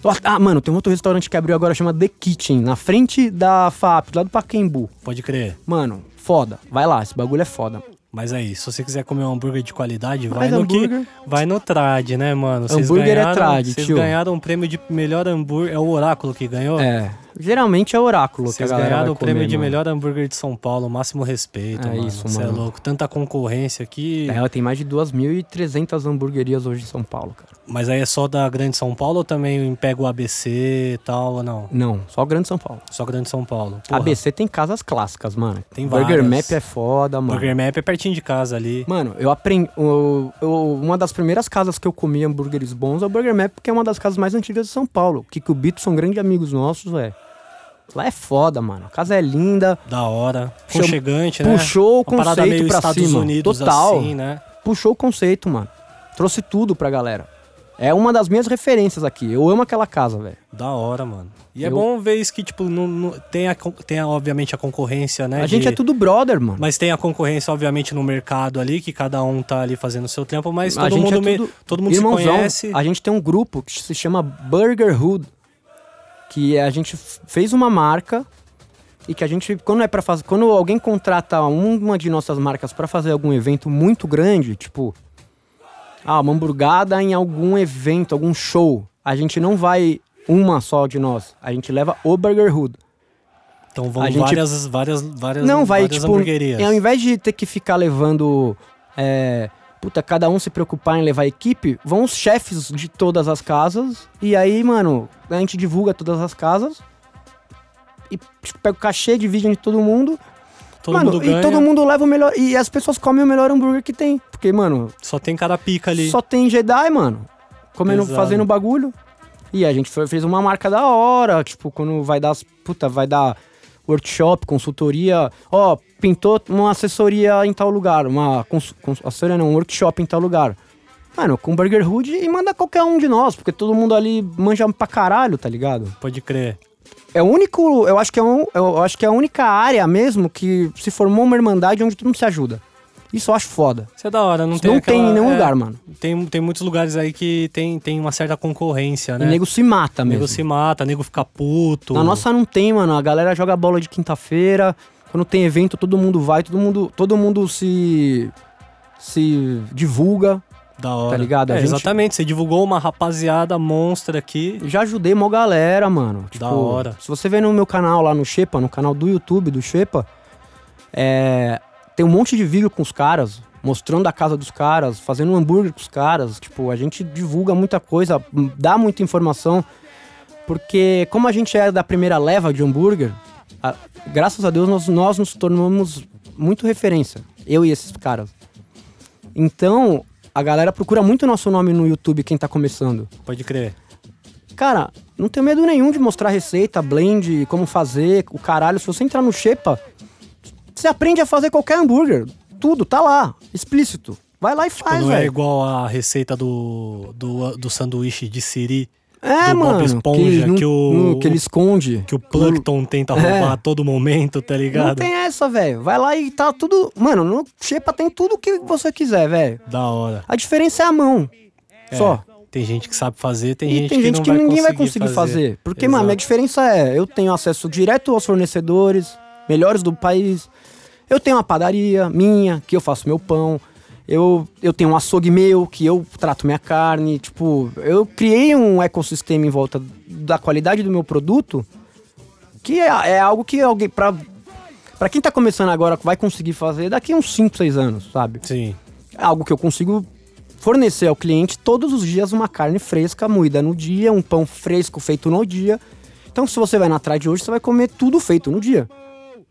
S3: Tô- Ah, mano, tem um outro restaurante que abriu agora, chama The Kitchen, na frente da FAP, lá do Paquembu.
S2: Pode crer.
S3: Mano, foda. Vai lá, esse bagulho é foda.
S2: Mas aí, se você quiser comer um hambúrguer de qualidade, vai
S3: Mas
S2: no
S3: hambúrguer-
S2: que... Vai no trad, né, mano? Vocês
S3: Hambúrguer é
S2: ganharam,
S3: trad,
S2: Vocês
S3: tio.
S2: ganharam um prêmio de melhor hambúrguer... É o Oráculo que ganhou?
S3: É, geralmente é oráculo que a
S2: Vocês
S3: galera
S2: ganharam
S3: vai
S2: o prêmio
S3: comer,
S2: de
S3: mano.
S2: melhor hambúrguer de São Paulo. Máximo respeito,
S3: É
S2: mano.
S3: isso,
S2: Você é
S3: mano.
S2: louco. Tanta concorrência aqui...
S3: É, tem mais de 2.300 hamburguerias hoje em São Paulo, cara.
S2: Mas aí é só da Grande São Paulo ou também pega o ABC e tal, ou não?
S3: Não, só Grande São Paulo.
S2: Só Grande São Paulo. Porra,
S3: ABC tem casas clássicas, mano.
S2: Tem
S3: Burger
S2: várias.
S3: Map é foda, mano.
S2: Burger Map é pertinho de casa ali.
S3: Mano, eu aprendi. o- o- Uma das primeiras casas que eu comi hambúrgueres bons é o Burger Map, porque é uma das casas mais antigas de São Paulo. Kiko e o Bito são grandes amigos nossos, velho. Lá é foda, mano. A casa é linda.
S2: Da hora.
S3: Chama-
S2: Conchegante, né?
S3: Puxou o
S2: Uma parada
S3: conceito
S2: meio
S3: pra
S2: Estados
S3: cima.
S2: Unidos,
S3: Total.
S2: assim, né?
S3: Puxou o conceito, mano. Trouxe tudo pra galera. É uma das minhas referências aqui. Eu amo aquela casa, velho.
S2: Da hora, mano. E é
S3: Eu-
S2: bom ver isso que, tipo, não, não- tem, a, con- tem, a, obviamente, a concorrência, né?
S3: a gente
S2: de-
S3: é tudo brother, mano.
S2: Mas tem a concorrência, obviamente, no mercado ali, que cada um tá ali fazendo o seu tempo, mas
S3: a
S2: todo
S3: gente
S2: mundo,
S3: é
S2: me-
S3: tudo
S2: todo mundo se
S3: irmãozão.
S2: conhece.
S3: A gente tem um grupo que se chama Burger Hood, que é, a gente f- fez uma marca e que a gente quando é para fazer, quando alguém contrata uma de nossas marcas pra fazer algum evento muito grande, tipo ah, uma hamburgada em algum evento, algum show, a gente não vai uma só de nós, a gente leva o Burger Hood.
S2: Então vão
S3: a gente-
S2: várias, várias, várias,
S3: Não, vai,
S2: várias
S3: tipo,
S2: hamburguerias.
S3: e ao invés de ter que ficar levando. é, puta, cada um se preocupar em levar a equipe, vão os chefes de todas as casas. E aí, mano, a gente divulga todas as casas. E tipo, pega o cachê, divide entre todo mundo.
S2: Todo
S3: mano,
S2: mundo ganha,
S3: e todo mundo leva o melhor. E as pessoas comem o melhor hambúrguer que tem. Porque, mano,
S2: só tem cara pica ali.
S3: só tem Jedi, mano. Comendo,
S2: Pesado.
S3: fazendo bagulho. E a gente foi- fez uma marca da hora, tipo, quando vai dar, as- puta, vai dar workshop, consultoria, ó, pintou uma assessoria em tal lugar, uma cons, cons- assessoria não, um workshop em tal lugar. Mano, com Burger Hood e manda qualquer um de nós, porque todo mundo ali manja pra caralho, tá ligado?
S2: Pode crer.
S3: É o único, eu acho que é, um, eu acho que é a única área mesmo que se formou uma irmandade onde todo mundo se ajuda. Isso eu acho foda.
S2: Isso é da hora, não
S3: Isso
S2: tem
S3: não
S2: aquela-
S3: tem em nenhum
S2: é,
S3: lugar, mano.
S2: Tem, tem muitos lugares aí que tem, tem uma certa concorrência, né?
S3: O nego se mata mesmo.
S2: nego se mata, nego fica puto.
S3: Na nossa não tem, mano. A galera joga bola de quinta-feira. Quando tem evento, todo mundo vai, todo mundo, todo mundo se se divulga.
S2: da hora.
S3: tá ligado? A
S2: É,
S3: gente-
S2: Exatamente, você divulgou uma rapaziada monstra aqui.
S3: Já ajudei mó galera, mano. Tipo,
S2: hora.
S3: Se você vê no meu canal lá no Shepa, no canal do YouTube do Shepa, é, tem um monte de vídeo com os caras, mostrando a casa dos caras, fazendo um hambúrguer com os caras. Tipo, a gente divulga muita coisa, m- dá muita informação. Porque como a gente é da primeira leva de hambúrguer, a- graças a Deus nós, nós nos tornamos muito referência. Eu e esses caras. Então, a galera procura muito o nosso nome no YouTube, quem tá começando.
S2: Pode crer.
S3: Cara, não tenho medo nenhum de mostrar receita, blend, como fazer, o caralho. Se você entrar no Shepa, você aprende a fazer qualquer hambúrguer. Tudo, tá lá, explícito. Vai lá e faz,
S2: não é
S3: velho.
S2: igual a receita do, do, do sanduíche de siri
S3: É,
S2: do Bob
S3: mano.
S2: Esponja,
S3: não-
S2: que o-
S3: não- que ele esconde.
S2: que o Plankton tenta roubar a todo momento, tá
S3: Não
S2: ligado?
S3: tem essa, velho. Vai lá e tá tudo. Mano, no Shepa tem tudo que você quiser, velho.
S2: Da hora.
S3: A diferença é a mão.
S2: É.
S3: Só.
S2: Tem gente que sabe fazer, tem
S3: E
S2: gente
S3: tem
S2: que
S3: gente
S2: não
S3: que,
S2: vai
S3: ninguém vai
S2: conseguir
S3: conseguir fazer. Porque, mano, a
S2: Exato.
S3: diferença é, eu tenho acesso direto aos fornecedores, melhores do país. Eu tenho uma padaria minha, que eu faço meu pão. Eu, eu tenho um açougue meu, que eu trato minha carne. Tipo, eu criei um ecossistema em volta da qualidade do meu produto, que é, é algo que alguém. Pra, pra quem tá começando agora, vai conseguir fazer daqui uns 5, 6 anos, sabe?
S2: Sim.
S3: É algo que eu consigo fornecer ao cliente todos os dias uma carne fresca, moída no dia, um pão fresco feito no dia. Então, se você vai na trade hoje, você vai comer tudo feito no dia.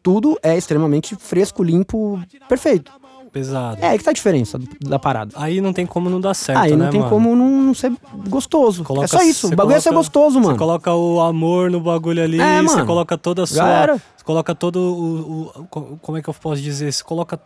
S3: Tudo é extremamente fresco, limpo, perfeito.
S2: Pesado.
S3: É aí que tá a diferença do- da parada.
S2: Aí não tem como não dar certo,
S3: Aí
S2: né,
S3: não tem
S2: mano?
S3: como não, não ser gostoso.
S2: Coloca-
S3: é só isso. O
S2: você
S3: bagulho é ser
S2: coloca-
S3: gostoso,
S2: Você
S3: mano.
S2: coloca o amor no bagulho ali,
S3: É,
S2: você
S3: mano.
S2: coloca toda a sua.
S3: Já era.
S2: Você coloca todo o, o- co- Como é que eu posso dizer? Você coloca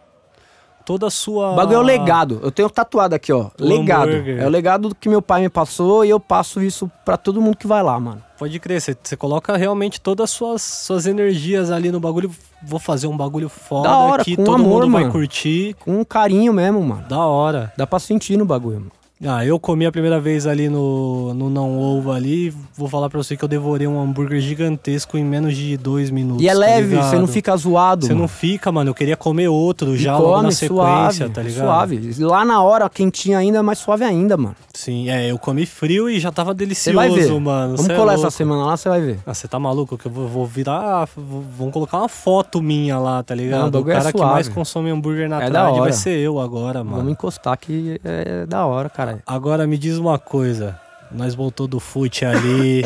S2: toda a sua.
S3: O bagulho é o legado. Eu tenho tatuado aqui, ó.
S2: O
S3: legado.
S2: hambúrguer.
S3: É o legado que meu pai me passou e eu passo isso pra todo mundo que vai lá, mano.
S2: Pode crer, você, você coloca realmente todas as suas, suas energias ali no bagulho. Vou fazer um bagulho foda
S3: Da hora,
S2: que
S3: com
S2: todo
S3: amor,
S2: mundo vai
S3: mano.
S2: curtir.
S3: Com um carinho mesmo, mano.
S2: Da hora.
S3: Dá pra sentir no bagulho, mano.
S2: Ah, eu comi a primeira vez ali no, no Não Ovo ali. Vou falar pra você que eu devorei um hambúrguer gigantesco em menos de dois minutos.
S3: E é
S2: tá
S3: leve,
S2: ligado?
S3: você não fica zoado.
S2: Você não
S3: mano.
S2: fica, mano. Eu queria comer outro
S3: E
S2: já logo
S3: come,
S2: na sequência,
S3: suave,
S2: tá ligado?
S3: Suave. Lá na hora, quentinho ainda, mais suave ainda, mano.
S2: Sim, é, eu comi frio e já tava
S3: Você
S2: delicioso,
S3: vai ver.
S2: mano.
S3: Vamos
S2: cê é
S3: colar
S2: louco.
S3: essa semana lá, você vai ver.
S2: Ah, você tá maluco? Que eu vou, vou virar. vou- vão colocar uma foto minha lá, tá
S3: Não, o
S2: ligado? o
S3: bagulho é
S2: cara que
S3: suave.
S2: mais consome hambúrguer na
S3: É da
S2: tarde vai
S3: hora.
S2: ser eu agora, mano.
S3: Vamos encostar que é da hora, cara.
S2: Agora me diz uma coisa. Nós voltou do fute ali.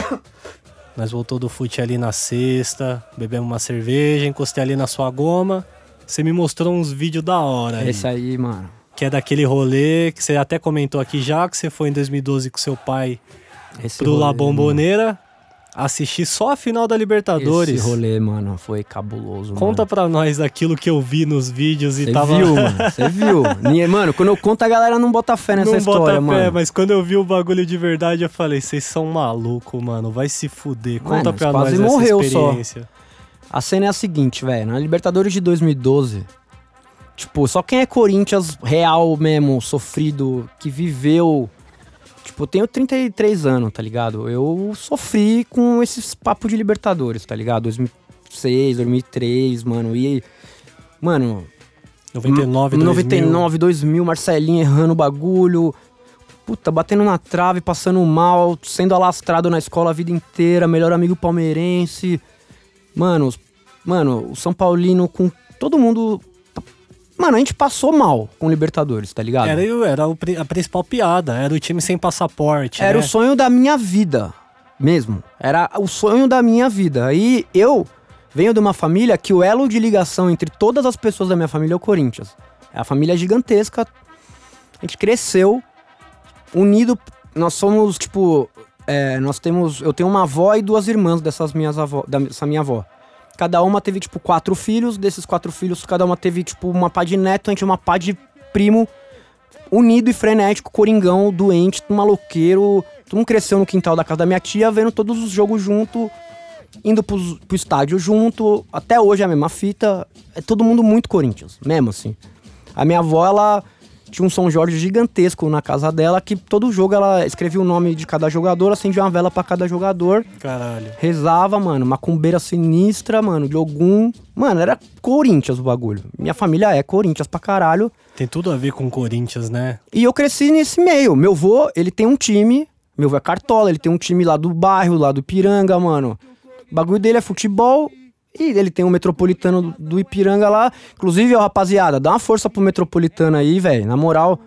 S2: nós voltou do fute ali na sexta. Bebemos uma cerveja, encostei ali na sua goma. Você me mostrou uns vídeos da hora aí,
S3: Esse aí, mano.
S2: que é daquele rolê que você até comentou aqui já, que você foi em 2012 com seu pai
S3: Esse
S2: pro La
S3: rolê, né? mano.
S2: Bombonera. Assisti só a final da Libertadores.
S3: Esse rolê, mano, foi cabuloso.
S2: Conta
S3: mano.
S2: pra nós daquilo que eu vi nos vídeos e
S3: Você
S2: tava.
S3: viu, mano? Você viu. Ninguém- Mano, quando eu conto, a galera não bota fé nessa
S2: Não
S3: história,
S2: bota
S3: mano.
S2: fé, mas quando eu vi o bagulho de verdade, eu falei, vocês são maluco, mano. Vai se fuder.
S3: Mano,
S2: Conta pra
S3: quase
S2: nós
S3: morreu
S2: essa
S3: só.
S2: experiência.
S3: A cena é a seguinte, velho. Na Libertadores de 2012, tipo, só quem é Corinthians real mesmo, sofrido, que viveu. Tipo, eu tenho 33 anos, tá ligado? Eu sofri com esses papos de Libertadores, tá ligado? 2006, 2003, mano. E. Mano, Hum,
S2: 99, 2000.
S3: 99, 2000, Marcelinho errando o bagulho. Puta, batendo na trave, passando mal, sendo alastrado na escola a vida inteira, melhor amigo palmeirense. Mano, os- mano, o São Paulino com todo mundo. Mano, a gente passou mal com o Libertadores, tá ligado?
S2: Era, o- era o pri- a principal piada. Era o time sem passaporte.
S3: Era
S2: né?
S3: o sonho da minha vida, mesmo. Era o sonho da minha vida. Aí eu venho de uma família que o elo de ligação entre todas as pessoas da minha família é o Corinthians. É a família gigantesca. A gente cresceu unido. Nós somos, tipo, é, nós temos. Eu tenho uma avó e duas irmãs dessas minhas avó, da- dessa minha avó. Cada uma teve, tipo, quatro filhos. Desses quatro filhos, cada uma teve, tipo, uma pá de neto, a gente uma pá de primo unido e frenético, coringão, doente, maloqueiro. Todo mundo cresceu no quintal da casa da minha tia, vendo todos os jogos junto, indo pros, pro estádio junto. Até hoje é a mesma fita. É todo mundo muito Corinthians, mesmo assim. A minha avó, ela tinha um São Jorge gigantesco na casa dela, que todo jogo ela escrevia o nome de cada jogador, acendia uma vela pra cada jogador.
S2: Caralho.
S3: Rezava, mano, macumbeira sinistra, mano, de algum. Mano, era Corinthians o bagulho. Minha família é Corinthians pra caralho.
S2: Tem tudo a ver com o Corinthians, né?
S3: E eu cresci nesse meio. Meu vô, ele tem um time. Meu vô é cartola, ele tem um time lá do bairro, lá do Ipiranga, mano. O bagulho dele é futebol. E ele tem o metropolitano do- do Ipiranga lá. Inclusive, ó, rapaziada, dá uma força pro metropolitano aí, velho. Na moral,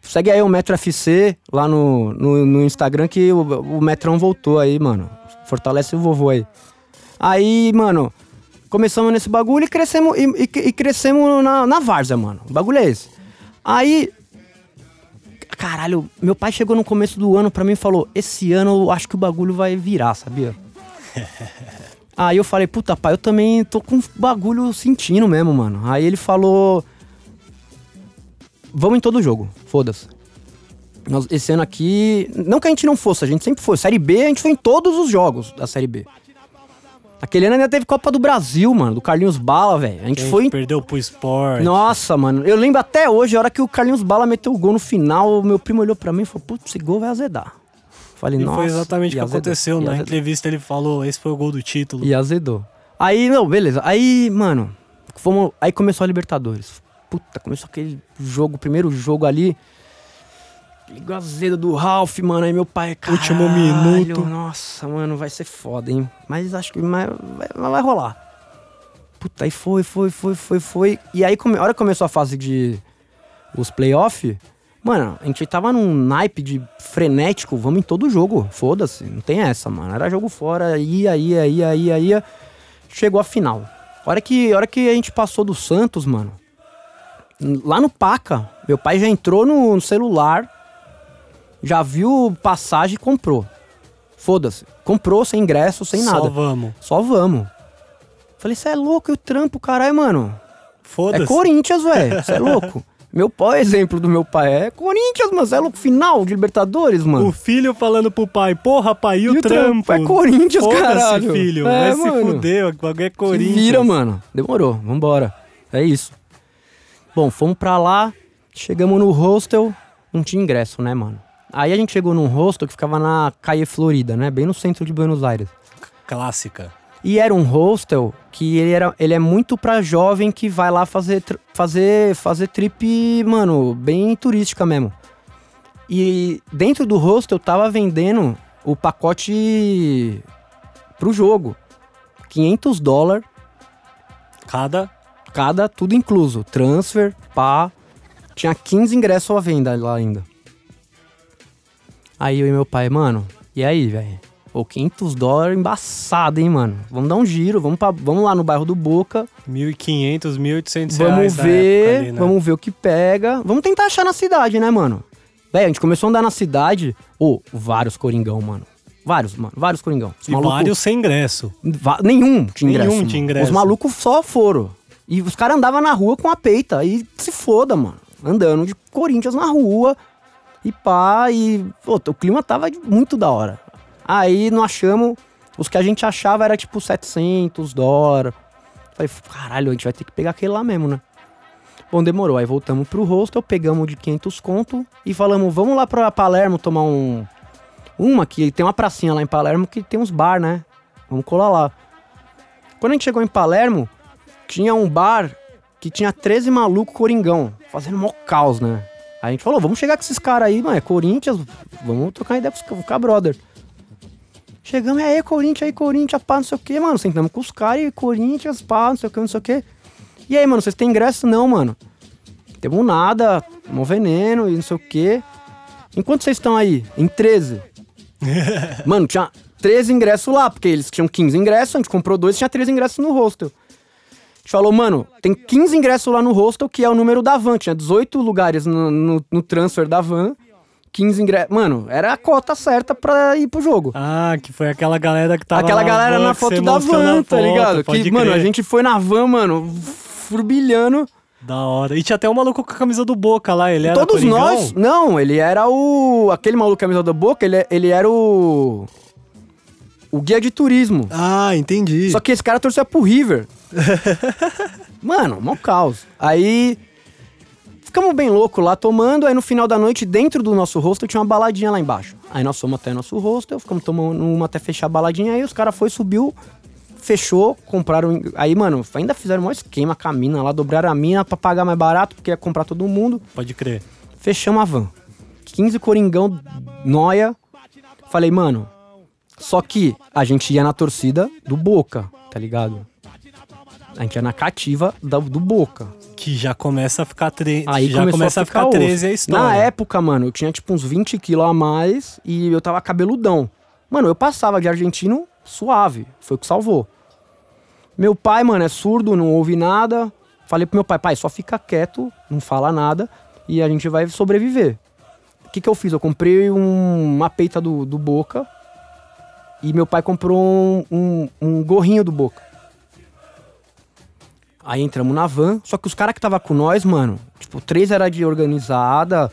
S3: segue aí o Metro FC lá no, no, no Instagram que o, o Metrão voltou aí, mano. Fortalece o vovô aí. Aí, mano, começamos nesse bagulho e crescemos, e, e- e crescemos na, na várzea, mano. O bagulho é esse. Aí, Caralho, meu pai chegou no começo do ano pra mim e falou: Esse ano eu acho que o bagulho vai virar, sabia? Aí eu falei: Puta, pai, eu também tô com um bagulho sentindo mesmo, mano. Aí ele falou: Vamos em todo jogo, foda-se. Nós- Esse ano aqui, não que a gente não fosse, a gente sempre foi. Série B, a gente foi em todos os jogos da Série B. Aquele ano ainda teve Copa do Brasil, mano, do Carlinhos Bala, velho. A gente
S2: Quem
S3: foi em
S2: Perdeu pro esporte.
S3: nossa, mano. Eu lembro até hoje, a hora que o Carlinhos Bala meteu o gol no final, meu primo olhou pra mim e falou, putz, esse gol vai azedar. Falei,
S2: E
S3: nossa.
S2: foi exatamente
S3: e
S2: o que
S3: azedou,
S2: aconteceu.
S3: e
S2: Na
S3: azedou,
S2: entrevista ele falou, esse foi o gol do título.
S3: E azedou. Aí, não, beleza. Aí, mano, fomos, aí começou a Libertadores. Puta, começou aquele jogo, o primeiro jogo ali. Ligo azedo do Ralph, mano. Aí meu pai, caralho,
S2: Último minuto.
S3: Nossa, mano, vai ser foda, hein? Mas acho que mas, vai, mas vai rolar. Puta, aí foi, foi, foi, foi, foi. E aí, come, a hora que começou a fase de. Os playoff. Mano, a gente tava num naipe de frenético, vamos em todo jogo. Foda-se, não tem essa, mano. Era jogo fora, ia, ia, ia, ia, ia. Chegou a final. A hora que, a hora que a gente passou do Santos, mano. Lá no Paca, meu pai já entrou no, no celular, já viu passagem e comprou. Foda-se. Comprou sem ingresso, sem
S2: Só
S3: nada.
S2: vamos.
S3: Só vamos. Falei, você é louco, e o trampo, caralho, mano. É
S2: Foda-se.
S3: Corinthians, velho. Você é louco. Meu pai, exemplo do meu pai, é Corinthians, mano. Você é louco. Final de Libertadores, mano.
S2: O filho falando pro pai, porra, pai, e o
S3: E o
S2: trampo?
S3: trampo? É Corinthians,
S2: Foda-se,
S3: caralho.
S2: filho.
S3: É,
S2: vai se
S3: mano.
S2: fuder, o bagulho é
S3: Se
S2: Corinthians.
S3: Vira, mano. Demorou. Vambora. É isso. Bom, fomos pra lá. Chegamos no hostel. Não tinha ingresso, né, mano? Aí a gente chegou num hostel que ficava na Calle Florida, né? Bem no centro de Buenos Aires.
S2: Clássica.
S3: E era um hostel que ele, era, ele é muito pra jovem que vai lá fazer, tr- fazer, fazer trip, mano, bem turística mesmo. E dentro do hostel tava vendendo o pacote pro jogo. 500 dólares
S2: Cada
S3: cada, tudo incluso. Transfer, pá. Tinha 15 ingressos à venda lá ainda. Aí eu e meu pai, mano, e aí, velho? Ô, 500 dólares embaçado, hein, mano? Vamos dar um giro, vamos, pra, vamos lá no bairro do Boca,
S2: 1.500, 1.800
S3: vamos
S2: reais da
S3: ver,
S2: é época ali, né?
S3: vamos ver o que pega. Vamos tentar achar na cidade, né, mano? Velho, a gente começou a andar na cidade, ô, vários coringão, mano. Vários, mano. Vários Coringão. Os
S2: E
S3: maluco-
S2: vários sem ingresso.
S3: Va- nenhum tinha
S2: Nenhum
S3: ingresso.
S2: tinha
S3: mano.
S2: ingresso.
S3: Os malucos só foram. E os caras andavam na rua com a peita. E se foda, mano. Andando de Corinthians na rua. E pá, e. pô, o clima tava de- muito da hora. Aí não achamos. Os que a gente achava era tipo 700 dólares. Falei, caralho, a gente vai ter que pegar aquele lá mesmo, né? Bom, demorou. Aí voltamos pro hostel, pegamos o de 500 conto e falamos, vamos lá pra Palermo tomar um. Uma que tem uma pracinha lá em Palermo que tem uns bar, né? Vamos colar lá. Quando a gente chegou em Palermo, tinha um bar que tinha 13 maluco coringão, fazendo mó caos, né? Aí a gente falou, vamos chegar com esses caras aí, mano, é Corinthians, vamos trocar ideia com os caras, brother. Chegamos, e aí, Corinthians, aí, Corinthians, pá, não sei o que, mano. Sentamos com os caras, e Corinthians, pá, não sei o que, não sei o que. E aí, mano, vocês têm ingresso? Não, mano. Temos nada, mó veneno e não sei o que. Enquanto vocês estão aí, em 13, Mano, tinha 13 ingressos lá, porque eles tinham 15 ingressos, a gente comprou dois, tinha 13 ingressos no hostel. A gente falou, mano, tem 15 ingressos lá no hostel, que é o número da van. Tinha 18 lugares no, no, no transfer da van, 15 ingressos. Mano, era a cota certa pra ir pro jogo.
S2: Ah, que foi aquela galera que tava
S3: Aquela
S2: na
S3: galera
S2: van
S3: na
S2: que você
S3: foto da
S2: mostrou
S3: van,
S2: na
S3: tá
S2: foto,
S3: ligado?
S2: pode
S3: Que, mano,
S2: crer.
S3: a gente foi na van, mano, furbilhando.
S2: Da hora. E tinha até um maluco com a camisa do Boca lá, ele era
S3: Todos
S2: coringão?
S3: nós? Não, ele era o. Aquele maluco camisa da boca, ele, é, ele era o. O guia de turismo.
S2: Ah, entendi.
S3: Só que esse cara torcia pro River. Mano, mó caos. Aí. Ficamos bem louco lá tomando. Aí no final da noite, dentro do nosso hostel, tinha uma baladinha lá embaixo. Aí nós fomos até nosso hostel, ficamos tomando uma até fechar a baladinha. Aí os caras foi, subiu, fechou, compraram. Aí, mano, ainda fizeram um esquema com a mina lá, dobraram a mina pra pagar mais barato, porque ia comprar todo mundo.
S2: Pode crer.
S3: Fechamos a van. 15 Coringão, noia. Falei, mano, só que a gente ia na torcida do Boca, tá ligado? A gente ia na cativa da- do Boca.
S2: Que já começa a ficar 13.
S3: Aí
S2: já
S3: começou
S2: começa a ficar
S3: osso.
S2: 13 a história.
S3: Na época, mano, eu tinha tipo uns 20 quilos a mais e eu tava cabeludão. Mano, eu passava de argentino suave. Foi o que salvou. Meu pai, mano, é surdo, não ouve nada. Falei pro meu pai, pai, só fica quieto, não fala nada e a gente vai sobreviver. O que, que eu fiz? Eu comprei um- uma peita do, do Boca e meu pai comprou um, um- um gorrinho do Boca. Aí entramos na van, só que os caras que tava com nós, mano, tipo, três era de organizada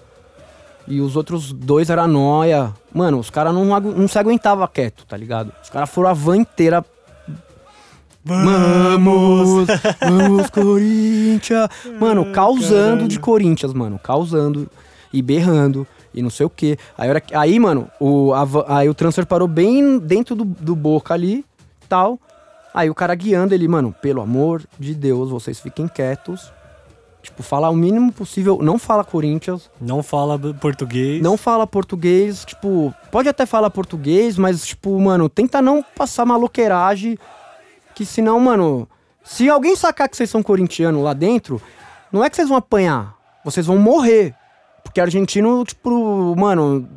S3: e os outros dois era noia. Mano, os caras não, agu- não se aguentava quieto, tá ligado? Os caras foram a van inteira Vamos! Vamos, Corinthians! Mano, causando de Corinthians, mano. Causando e berrando e não sei o quê. Aí, hora que- aí mano, o, a va- aí o transfer parou bem dentro do, do boca ali tal. Aí o cara guiando ele, mano, pelo amor de Deus, vocês fiquem quietos. Tipo, falar o mínimo possível. Não fala Corinthians.
S2: Não fala b- português.
S3: Não fala português, tipo, pode até falar português, mas, tipo, mano, tenta não passar maloqueiragem, que senão, mano, se alguém sacar que vocês são corintianos lá dentro, não é que vocês vão apanhar, vocês vão morrer. Porque argentino, tipo, mano,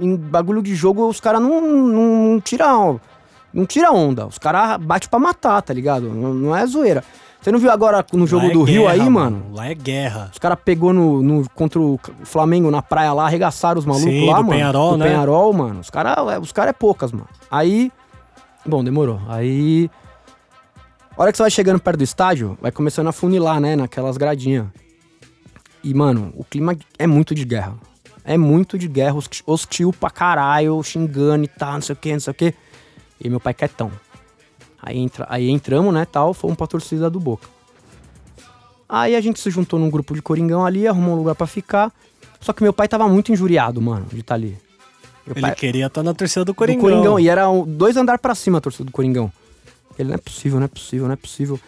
S3: em bagulho de jogo, os caras não, não, não tiram. Não tira onda. Os caras batem pra matar, tá ligado? Não, não é zoeira. Você não viu agora no jogo
S2: Lá é
S3: do Rio
S2: guerra,
S3: aí, mano?
S2: Lá é guerra.
S3: Os caras pegou no, no- contra o Flamengo na praia lá, arregaçaram os malucos
S2: Sim,
S3: lá,
S2: do
S3: mano.
S2: Penharol,
S3: do
S2: né?
S3: Penharol, mano. Os caras os cara é poucas, mano. Aí. Bom, demorou. Aí. A hora que você vai chegando perto do estádio, vai começando a funilar, né? Naquelas gradinhas. E, mano, o clima é muito de guerra. É muito de guerra, os- hostil pra caralho, xingando e tal, não sei o que, não sei o que. E meu pai quietão. Aí, entra, aí entramos, né, tal, fomos pra torcida do Boca. Aí a gente se juntou num grupo de Coringão ali, arrumou um lugar pra ficar. Só que meu pai tava muito injuriado, mano, de estar ali. Meu
S2: Ele
S3: pai-
S2: queria estar na torcida do
S3: do
S2: Coringão.
S3: Coringão. E era um- dois andar pra cima a torcida do Coringão. Ele, não é possível, não é possível, não é possível.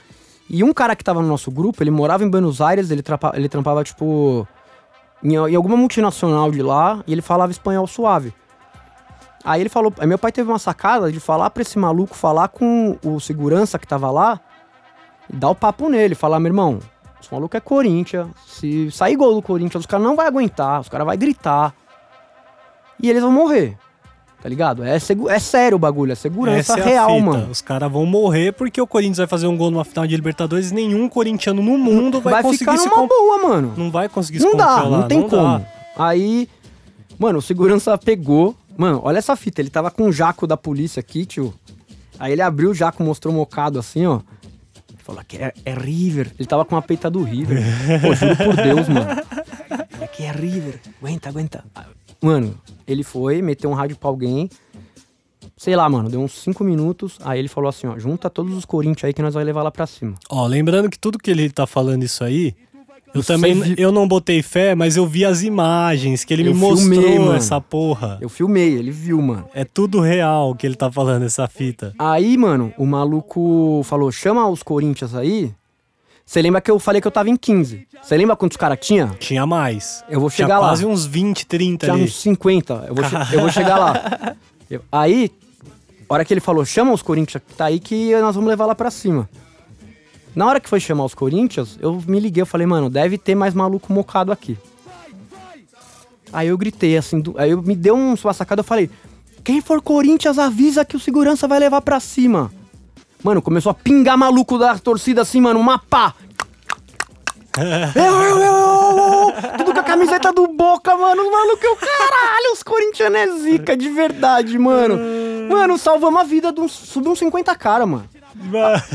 S3: E um cara que tava no nosso grupo, ele morava em Buenos Aires, ele, trapa- ele trampava, tipo, em, em alguma multinacional de lá, e ele falava espanhol suave. Aí ele falou, aí meu pai teve uma sacada de falar pra esse maluco, falar com o segurança que tava lá, e dar o papo nele, falar, meu irmão, esse maluco é Corinthians, se sair gol do Corinthians, os caras não vai aguentar, os caras vai gritar, e eles vão morrer, tá ligado? É, segu- é sério o bagulho, é segurança
S2: Essa é a
S3: real,
S2: fita.
S3: mano.
S2: Os caras vão morrer porque o Corinthians vai fazer um gol numa final de Libertadores e nenhum corintiano no mundo vai,
S3: vai,
S2: conseguir
S3: ficar
S2: se
S3: numa
S2: comp...
S3: boa, mano.
S2: Não vai conseguir
S3: Não
S2: se
S3: dá,
S2: controlar,
S3: não tem
S2: dá.
S3: como. Aí, mano, o segurança pegou, Mano, olha essa fita. Ele tava com o jaco da polícia aqui, tio. Aí ele abriu o jaco, mostrou mocado assim, ó. Ele Falou que é, é River. Ele tava com a peita do River. Pô, juro por Deus, mano. Aqui é River. Aguenta, aguenta. Ah, Mano, ele foi, meteu um rádio pra alguém. Sei lá, mano, deu uns 5 minutos. Aí ele falou assim, ó, junta todos os Corinthians aí que nós vai levar lá pra cima.
S2: Ó, lembrando que tudo que ele tá falando isso aí, eu
S3: Você
S2: também
S3: viu-
S2: eu não botei fé, mas eu vi as imagens que ele
S3: Eu
S2: me mostrou
S3: filmei, mano.
S2: essa porra.
S3: Eu filmei, ele viu, mano.
S2: É tudo real que ele tá falando essa fita.
S3: Aí, mano, o maluco falou: chama os Corinthians aí. Você lembra que eu falei que eu tava em 15? Você lembra quantos caras tinha?
S2: Tinha mais.
S3: Eu vou
S2: Tinha
S3: chegar lá.
S2: quase uns 20, 30
S3: Tinha
S2: ali.
S3: uns 50. Eu vou, che- eu vou chegar lá. Eu- aí, a hora que ele falou: chama os Corinthians que tá aí que nós vamos levar lá pra cima. Na hora que foi chamar os Corinthians, eu me liguei, eu falei, mano, deve ter mais maluco mocado aqui. Aí eu gritei assim, do- aí eu me deu um- uma sacada, eu falei: "Quem for Corinthians avisa que o segurança vai levar pra cima". Mano, começou a pingar maluco da torcida assim, mano, uma pá. Eu, eu, eu, eu, eu, é, tudo com a camiseta do Boca, mano. O maluco, eu, caralho, os corintianos é zica, de verdade, mano. Mano, salvamos a vida de uns, subiu uns 50 cara, mano.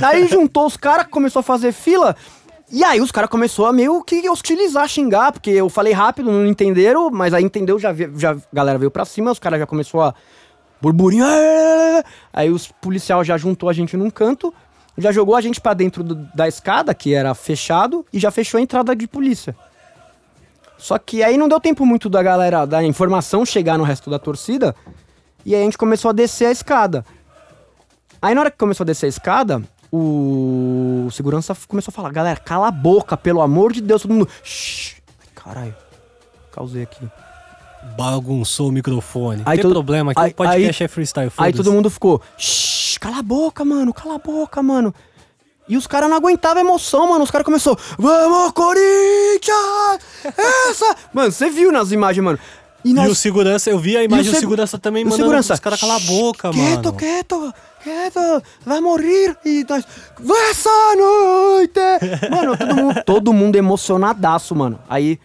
S3: Aí juntou os caras, começou a fazer fila. E aí os caras começou a meio que hostilizar, xingar, porque eu falei rápido, não entenderam, mas aí entendeu, já, vi- já a galera veio pra cima, os caras já começou a burburinho. "Ah!" Aí os policial já juntou a gente num canto, já jogou a gente pra dentro do- da escada, que era fechado, e já fechou a entrada de polícia. Só que aí não deu tempo muito da galera, da informação chegar no resto da torcida, e aí a gente começou a descer a escada. Aí na hora que começou a descer a escada, o segurança f- começou a falar, galera, cala a boca, pelo amor de Deus, todo mundo. "Shh." Ai, Caralho, causei aqui.
S2: Bagunçou o microfone.
S3: Ah. Aí
S2: Tem
S3: todo-
S2: problema, aqui
S3: aí-
S2: o podcast é freestyle.
S3: Aí
S2: foda-se.
S3: todo mundo ficou, "Shh, cala a boca, mano, cala a boca, mano. E os caras não aguentavam a emoção, mano. Os caras começaram, vamos, Corinthians! Essa! Mano, você viu nas imagens, mano.
S2: E
S3: nós-
S2: o segurança, eu vi a imagem do
S3: seg-
S2: segurança também
S3: e o
S2: mandando
S3: segurança,
S2: os caras calar a boca,
S3: "Shh,
S2: mano.
S3: Quieto, quieto, quieto, vai morrer. E nós, essa noite! Mano, todo mundo, todo mundo emocionadaço, mano. Aí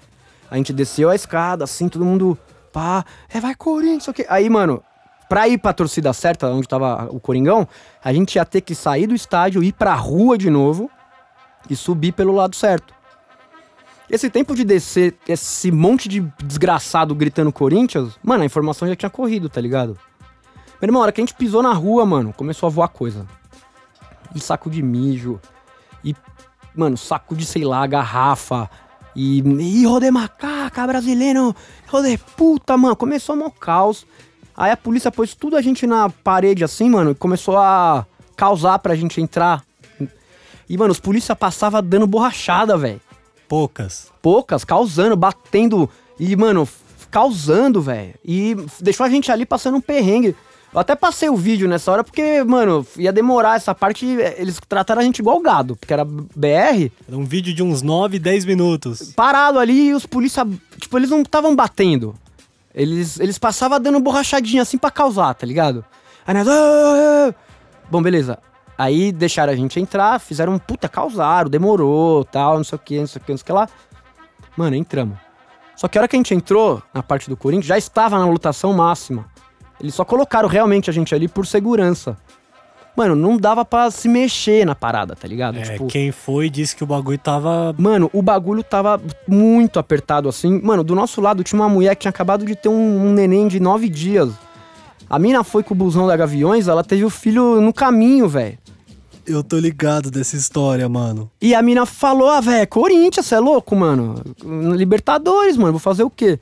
S3: a gente desceu a escada, assim, todo mundo, pá, é, vai Corinthians, sei o quê. Aí, mano, pra ir pra torcida certa, onde tava o Coringão, a gente ia ter que sair do estádio, ir pra rua de novo e subir pelo lado certo. Esse tempo de descer esse monte de desgraçado gritando Corinthians, mano, a informação já tinha corrido, tá ligado? Meu irmão, a hora que a gente pisou na rua, mano, começou a voar coisa. E saco de mijo. E, mano, saco de, sei lá, garrafa. E, hijo de macaca, brasileiro. Hijo de puta, mano. Começou a mó caos. Aí a polícia pôs tudo a gente na parede assim, mano. E começou a causar pra gente entrar. E, mano, os polícia passava dando borrachada, velho
S2: Poucas.
S3: poucas, causando, batendo e, mano, f- causando, velho. E f- deixou a gente ali passando um perrengue. Eu até passei o vídeo nessa hora porque, mano, ia demorar essa parte. eh, Eles trataram a gente igual gado, porque era BR,
S2: Era um vídeo de uns 9, 10 minutos.
S3: parado ali e os polícia. Tipo, eles não estavam batendo. Eles, eles passavam dando borrachadinha assim pra causar, tá ligado? Aí nós. "Ah, ah, ah." Bom, beleza. Aí deixaram a gente entrar, fizeram um puta, causaram, demorou, tal, não sei o que, não sei o que, não sei o que lá. Mano, entramos. Só que a hora que a gente entrou na parte do Corinthians, já estava na lotação máxima. Eles só colocaram realmente a gente ali por segurança. Mano, não dava pra se mexer na parada, tá ligado?
S2: É, quem foi disse que o bagulho tava.
S3: Mano, o bagulho tava muito apertado assim. Mano, do nosso lado tinha uma mulher que tinha acabado de ter um, um neném de nove dias. A mina foi com o busão da Gaviões, ela teve o filho no caminho, velho.
S2: Eu tô ligado dessa história, mano.
S3: E a mina falou, ah, velho, Corinthians, você é louco, mano. Libertadores, mano, vou fazer o quê?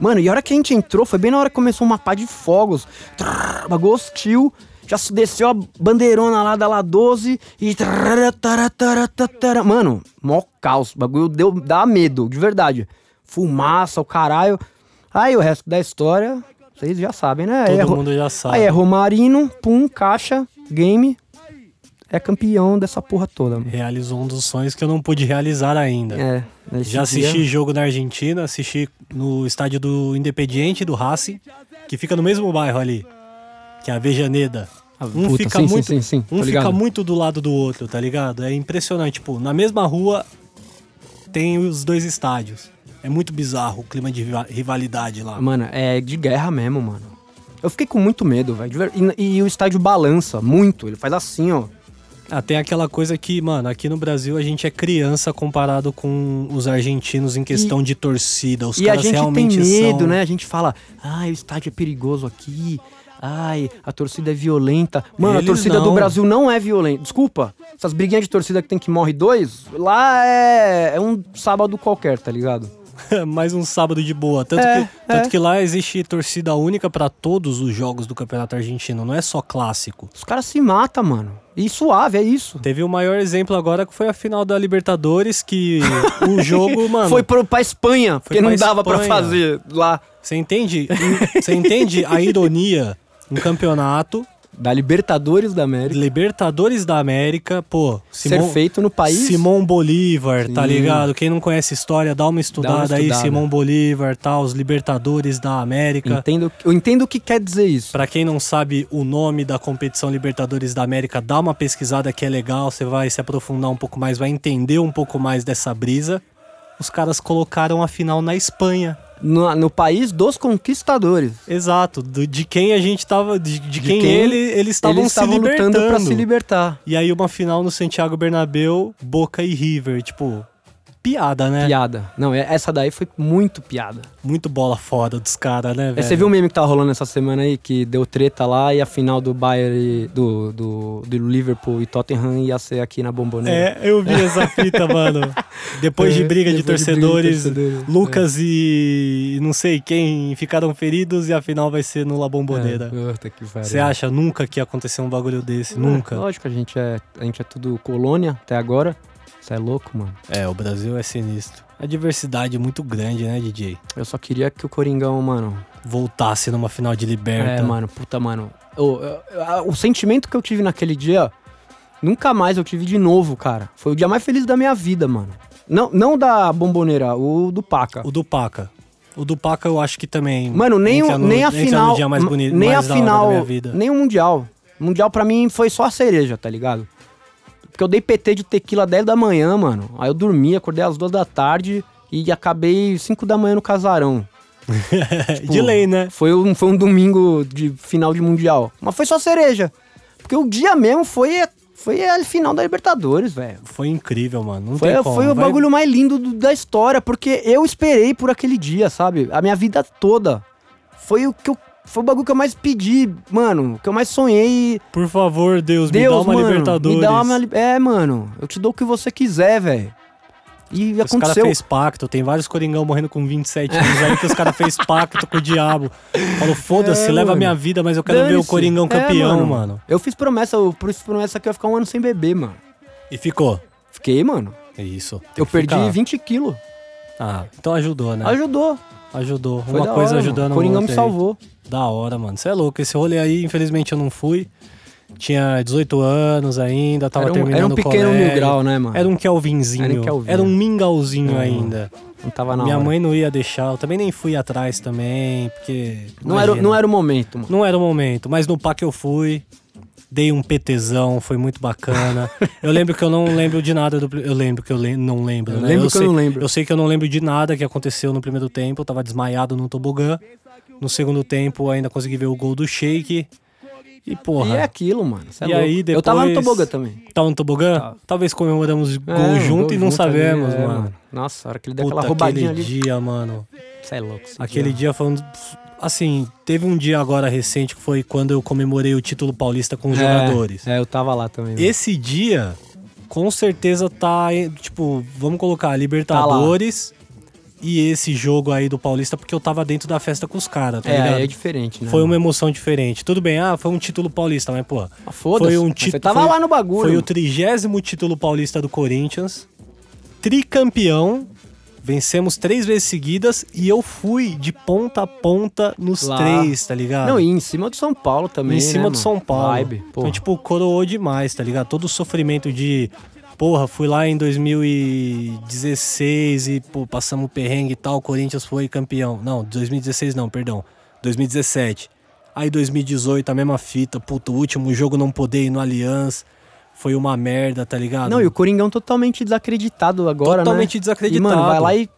S3: Mano, e a hora que a gente entrou, foi bem na hora que começou uma pá de fogos. Trrr, bagulho hostil. Já se desceu a bandeirona lá da La 12 e. trrr, tará, tará, tá, tará. Mano, mó caos. Bagulho deu, dá medo, de verdade. Fumaça, o caralho. Aí o resto da história, vocês já sabem, né?
S2: Todo
S3: Aí é Ro-
S2: mundo já sabe.
S3: Aí é Romarino, Pum, Caixa, Game. É campeão dessa porra toda, mano.
S2: Realizou um dos sonhos que eu não pude realizar ainda.
S3: É, nesse
S2: Já
S3: dia-
S2: assisti jogo na Argentina, assisti no estádio do Independiente, do Racing, que fica no mesmo bairro ali, que é a Vejaneda.
S3: Ah, puta, sim, sim, sim, sim, tô
S2: um fica
S3: ligado.
S2: muito do lado do outro, tá ligado? É impressionante, tipo, na mesma rua tem os dois estádios. É muito bizarro o clima de riva- rivalidade lá.
S3: Mano, é de guerra mesmo, mano. Eu fiquei com muito medo, velho. E, e o estádio balança muito. Ele faz assim, ó.
S2: Ah, tem aquela coisa que, mano, aqui no Brasil a gente é criança comparado com os argentinos em questão de torcida. Os
S3: e a
S2: caras
S3: gente tem
S2: realmente
S3: medo,
S2: são...
S3: né? A gente fala, ai, o estádio é perigoso aqui. Ai, a torcida é violenta. Mano,
S2: Eles
S3: a torcida do
S2: não.
S3: Brasil não é violenta. Desculpa. Essas briguinhas de torcida que tem que morre dois, lá é, é um sábado qualquer, tá ligado?
S2: Mais um sábado de boa. Tanto,
S3: É,
S2: que, tanto que lá existe torcida única pra todos os jogos do Campeonato Argentino, não é só clássico.
S3: Os caras se matam, mano. E suave, é isso.
S2: Teve o maior exemplo agora que foi a final da Libertadores, que o jogo, mano.
S3: Foi pro, pra Espanha, porque não
S2: pra
S3: dava pra
S2: Espanha.
S3: fazer lá.
S2: Você entende? Você entende a ironia? Um campeonato,
S3: Da Libertadores da América.
S2: Libertadores da América, pô.
S3: ser feito no país.
S2: Simão Bolívar, tá
S3: Sim.
S2: ligado? Quem não conhece história, dá uma estudada, aí,
S3: estudada.
S2: Simão Bolívar, tal, os Libertadores da América.
S3: Entendo, eu entendo o que quer dizer isso.
S2: Pra quem não sabe o nome da competição Libertadores da América, dá uma pesquisada que é legal, você vai se aprofundar um pouco mais, vai entender um pouco mais dessa brisa. Os caras colocaram a final na Espanha.
S3: No, no país dos conquistadores.
S2: Exato, do- de quem a gente tava, de, de quem,
S3: quem
S2: ele, eles estavam
S3: Eles
S2: se
S3: estavam
S2: libertando.
S3: lutando pra se libertar.
S2: E aí uma final no Santiago Bernabéu, Boca e River, tipo, piada, né?
S3: Piada. Não, é- essa daí foi muito piada.
S2: Muito bola fora dos caras, né,
S3: É,
S2: velho?
S3: Você viu o meme que tava rolando essa semana aí, que deu treta lá e a final do Bayern, e- do, do, do Liverpool e Tottenham ia ser aqui na Bomboneira.
S2: É, eu vi essa fita, mano. Depois de
S3: É,
S2: briga de
S3: depois de briga de
S2: torcedores,
S3: torcedores, é.
S2: Lucas e não sei quem ficaram feridos e a final vai ser no La Bombonera.
S3: Puta que pariu.
S2: Você acha nunca que ia acontecer um bagulho desse?
S3: É,
S2: Nunca.
S3: lógico, a gente, é, a gente é tudo colônia até agora. Você é louco, mano.
S2: É, o Brasil é sinistro. A diversidade é muito grande, né, DJ?
S3: Eu só queria que o Coringão, mano,
S2: Voltasse numa final de
S3: É,
S2: liberta.
S3: mano, puta, mano. Eu- eu- eu- o sentimento que eu tive naquele dia, nunca mais eu tive de novo, cara. Foi o dia mais feliz da minha vida, mano. Não, não da bomboneira, o do Paca.
S2: O do Paca. O do Paca eu acho que é também.
S3: Mano, nem,
S2: entra
S3: o-
S2: no-
S3: nem a
S2: entra no
S3: final.
S2: dia mais bonito,
S3: nem
S2: mais
S3: a
S2: da hora da
S3: final.
S2: minha vida.
S3: Nem o Mundial. O Mundial pra mim foi só a cereja, tá ligado? Porque eu dei PT de tequila 10 da manhã, mano. Aí eu dormi, acordei às 2 da tarde e acabei 5 da manhã no casarão. Tipo
S2: de lei, né?
S3: Foi um, foi um domingo de final de Mundial. Mas foi só cereja. Porque o dia mesmo foi, foi a final da Libertadores, velho.
S2: Foi incrível, mano. Não
S3: Foi,
S2: tem como.
S3: foi o
S2: Vai-
S3: bagulho mais lindo do- da história, porque eu esperei por aquele dia, sabe? A minha vida toda. Foi o que eu. Foi o bagulho que eu mais pedi, mano. Que eu mais sonhei.
S2: Por favor, Deus, me dá
S3: Deus,
S2: uma
S3: mano.
S2: Libertadores.
S3: Me dá uma. li- É, mano. Eu te dou o que você quiser, velho. E
S2: Os caras
S3: aconteceu.
S2: fez pacto, tem vários Coringão morrendo com 27 anos aí que os caras fez pacto com o diabo. Falou, foda-se,
S3: É,
S2: leva a
S3: mano.
S2: minha vida, mas eu quero ver o
S3: Dane-se.
S2: Coringão
S3: É,
S2: campeão, mano.
S3: Eu fiz promessa, eu fiz promessa que eu ia ficar um ano sem beber, mano.
S2: E ficou.
S3: Fiquei, mano.
S2: É isso. tem
S3: Eu
S2: que
S3: perdi
S2: ficar.
S3: 20 quilos.
S2: Ah, então ajudou, né?
S3: Ajudou.
S2: Ajudou.
S3: Foi
S2: Uma
S3: da
S2: coisa
S3: hora,
S2: ajudando
S3: mano.
S2: a
S3: Coringão me
S2: outra aí.
S3: salvou.
S2: Da hora, mano. Você é louco. Esse rolê aí, infelizmente, eu não fui. Tinha 18 anos ainda, tava
S3: Era um- era um
S2: terminando o
S3: pequeno
S2: colégio.
S3: mil grau, né, mano?
S2: Era um Kelvinzinho.
S3: Era um Kelvin. É,
S2: Era um mingauzinho ainda.
S3: Não tava na
S2: Minha
S3: hora.
S2: mãe não ia deixar, eu também nem fui atrás também, porque.
S3: não, era, o-
S2: imagina.
S3: não era o momento, mano.
S2: Não era o momento, mas no PAC eu fui. Dei um PTzão, foi muito bacana. eu lembro que eu não lembro de nada do. pri- Eu lembro que eu lem- não lembro,
S3: Eu
S2: né?
S3: lembro que eu
S2: sei,
S3: não lembro.
S2: Eu sei que eu não lembro de nada que aconteceu no primeiro tempo. Eu tava desmaiado no tobogã. No segundo tempo, eu ainda consegui ver o gol do Shake. E porra.
S3: E é aquilo, mano. Cê é
S2: E
S3: louco.
S2: aí,
S3: Eu tava no
S2: depois-
S3: tobogã também.
S2: Tava no tobogã? Talvez comemoramos gol
S3: Tá. É, um
S2: junto e não
S3: junto ali,
S2: sabemos,
S3: é,
S2: mano.
S3: Nossa, a hora que ele deu
S2: Puta,
S3: aquela roubadinha
S2: aquele
S3: ali.
S2: dia, mano.
S3: Você é louco. esse
S2: Aquele dia foi um. dos- Assim, teve um dia agora recente que foi quando eu comemorei o título paulista com os
S3: É,
S2: jogadores.
S3: É, eu tava lá também. mano.
S2: Esse dia, com certeza tá. em- Tipo, vamos colocar Libertadores
S3: Tá
S2: e esse jogo aí do Paulista, porque eu tava dentro da festa com os caras, tá
S3: é,
S2: ligado?
S3: aí é diferente, né?
S2: Foi um- uma
S3: mano?
S2: emoção diferente. Tudo bem, ah, foi um título paulista, mas, pô.
S3: Ah, Foda-se.
S2: foi um
S3: Mas
S2: título-
S3: Você tava
S2: foi-
S3: lá no bagulho.
S2: Foi o
S3: mano.
S2: trigésimo título paulista do Corinthians, tricampeão, vencemos três vezes seguidas e eu fui de ponta a ponta nos
S3: Lá.
S2: três, tá ligado?
S3: Não, e em cima do São Paulo também.
S2: em cima do
S3: né, mano?
S2: São Paulo.
S3: Vibe.
S2: então,
S3: porra.
S2: tipo, coroou demais, tá ligado? Todo o sofrimento de. Porra, fui lá em 2016 e pô, passamos perrengue e tal, o Corinthians foi campeão. Não, 2016 não, perdão. 2017. Aí 2018, a mesma fita, puto, o último jogo não poder ir no Aliança. Foi uma merda, tá ligado?
S3: Não, e o Coringão totalmente desacreditado agora,
S2: Totalmente
S3: né?
S2: desacreditado.
S3: E, mano, vai lá e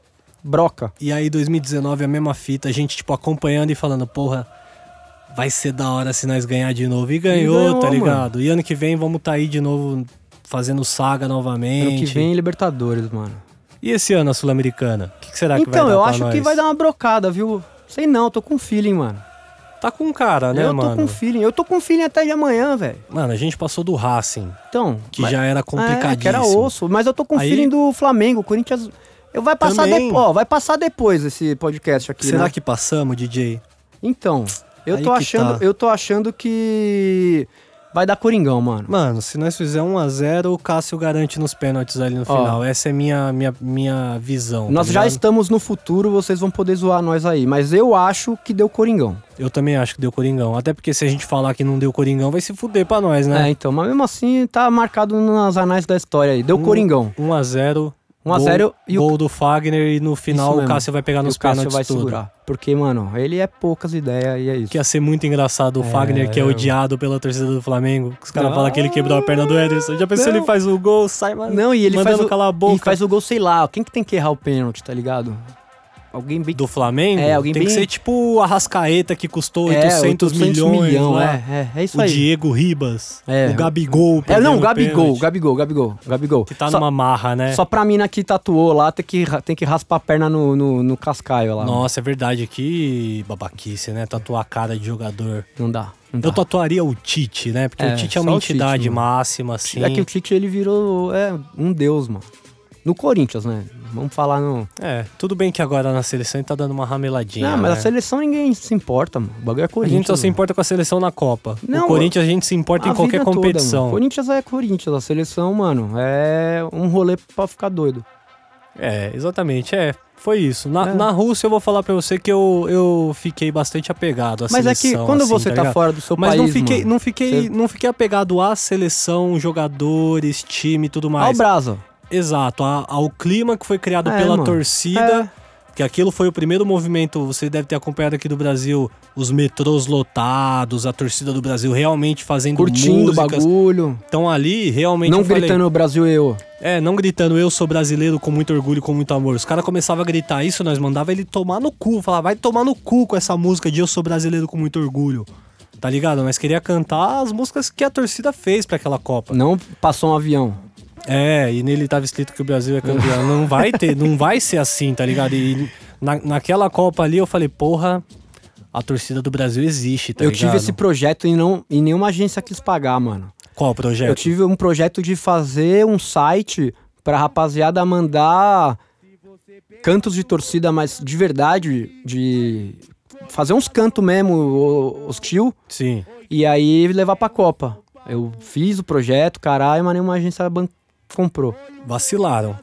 S3: broca.
S2: E aí, 2019, a mesma fita, a gente, tipo, acompanhando e falando, porra, vai ser da hora se nós ganhar de novo. E ganhou,
S3: ganhou,
S2: tá
S3: mano.
S2: ligado? E ano que vem vamos tá aí de novo fazendo saga novamente.
S3: Ano que vem, Libertadores, mano.
S2: E esse ano a Sul-Americana? O que, que será que vai
S3: Então,
S2: dar
S3: eu
S2: pra
S3: acho que
S2: nós?
S3: vai dar uma brocada, viu? Sei não, eu tô com feeling, mano.
S2: Tá com cara, né,
S3: eu tô
S2: mano?
S3: com feeling. Eu tô com feeling até de amanhã, velho.
S2: Mano, a gente passou do Racing,
S3: Então.
S2: que
S3: mas-
S2: já era complicadíssimo.
S3: É, que era osso. Mas eu tô com
S2: Aí-
S3: feeling do Flamengo, Corinthians. Eu vai passar
S2: Também.
S3: depois. Ó, vai passar depois esse podcast aqui.
S2: Será
S3: né?
S2: que passamos, DJ?
S3: Então, eu
S2: Aí
S3: tô
S2: que
S3: achando,
S2: tá.
S3: eu tô achando que vai dar Coringão, mano.
S2: Mano, se nós fizer 1x0, o Cássio garante nos pênaltis ali no final. Essa é minha, minha, minha visão. tá
S3: Nós já
S2: ligado?
S3: estamos no futuro, vocês vão poder zoar nós aí, mas eu acho que deu Coringão.
S2: Eu também acho que deu Coringão. Até porque se a gente falar que não deu Coringão, vai se fuder pra nós, né?
S3: É, então, mas mesmo assim tá marcado nas anais da história aí, deu Coringão.
S2: 1x0.
S3: 1 a 0 É, e o-
S2: Gol do Fagner e no final
S3: Isso
S2: o
S3: mesmo.
S2: Cássio vai pegar
S3: E
S2: nos
S3: o Cássio
S2: pênaltis
S3: vai
S2: tudo.
S3: segurar, porque mano, ele é poucas ideias e é isso.
S2: Que ia ser muito engraçado o Fagner, que é odiado pela torcida do Flamengo. que Os caras
S3: Não.
S2: falam que ele quebrou a perna do Ederson. Já pensou
S3: Não.
S2: ele faz o gol, sai, mano.
S3: Não, e ele
S2: mandando
S3: faz o
S2: calar a boca.
S3: e faz o gol, sei lá, quem que tem que errar o pênalti, tá ligado? Alguém bem
S2: Do Flamengo?
S3: É, alguém
S2: Tem que
S3: bem-
S2: ser tipo a Rascaeta que custou
S3: É,
S2: 800, milhões.
S3: milhão,
S2: lá.
S3: é, é, é isso
S2: O
S3: aí.
S2: Diego Ribas.
S3: É.
S2: O Gabigol.
S3: É, não,
S2: perdendo
S3: Gabigol,
S2: pênalti,
S3: Gabigol, Gabigol, Gabigol.
S2: Que tá
S3: Só-
S2: numa marra, né?
S3: Só pra mina que tatuou lá, tem que, ra- tem que raspar a perna no, no, no cascaio lá.
S2: Nossa, é verdade. Que babaquice, né? Tatuar a cara de jogador.
S3: Não dá. Não dá.
S2: Eu tatuaria o Tite, né? Porque
S3: É,
S2: o Tite é
S3: só
S2: uma
S3: o
S2: entidade
S3: Tite, mano.
S2: máxima, assim.
S3: É que o Tite, ele virou é, um deus, mano. No Corinthians, né? Vamos falar no...
S2: É, tudo bem que agora na seleção ele tá dando uma rameladinha.
S3: não, mas
S2: né?
S3: a seleção ninguém se importa, mano. O bagulho é
S2: A
S3: Corinthians.
S2: gente só se
S3: mano.
S2: importa com a seleção na Copa. o
S3: Não,
S2: Corinthians a gente se importa
S3: A
S2: em qualquer
S3: vida toda,
S2: competição.
S3: mano. Corinthians é Corinthians. A seleção, mano, é um rolê pra ficar doido.
S2: É, exatamente, é. Foi isso. Na,
S3: É.
S2: na Rússia eu vou falar pra você que eu, eu fiquei bastante apegado à
S3: mas
S2: seleção.
S3: é que quando
S2: assim,
S3: você tá,
S2: ligado?
S3: fora do seu
S2: Mas
S3: país,
S2: não fiquei,
S3: mano,
S2: não fiquei,
S3: Você-
S2: não fiquei apegado à seleção, jogadores, time e tudo
S3: ao
S2: mais.
S3: Brasa.
S2: Exato, a- ao clima que foi criado
S3: É,
S2: pela
S3: mano. É.
S2: torcida. Que aquilo foi o primeiro movimento, você deve ter acompanhado aqui do Brasil, os metrôs lotados, a torcida do Brasil realmente fazendo
S3: Curtindo o
S2: músicas.
S3: bagulho.
S2: Então ali realmente
S3: Não
S2: eu falei,
S3: gritando Brasil eu.
S2: é, não gritando eu sou brasileiro com muito orgulho, com muito amor. Os caras começavam a gritar isso, nós mandava ele tomar no cu, falava, vai tomar no cu com essa música de eu sou brasileiro com muito orgulho. Tá ligado? Nós queria cantar as músicas que a torcida fez pra aquela Copa.
S3: Não passou um avião.
S2: É, e nele tava escrito que o Brasil é campeão. não vai ter, não vai ser assim, tá ligado? E na, naquela Copa ali eu falei, porra, a torcida do Brasil existe, tá
S3: eu
S2: ligado?
S3: tive esse projeto e, não, e nenhuma agência quis pagar, mano.
S2: Qual o projeto?
S3: Eu tive um projeto de fazer um site pra rapaziada mandar cantos de torcida, mas de verdade, de fazer uns cantos mesmo, o- os tio,
S2: Sim.
S3: e aí levar pra Copa. Eu fiz o projeto, caralho, mas nenhuma agência ban- comprou.
S2: Vacilaram.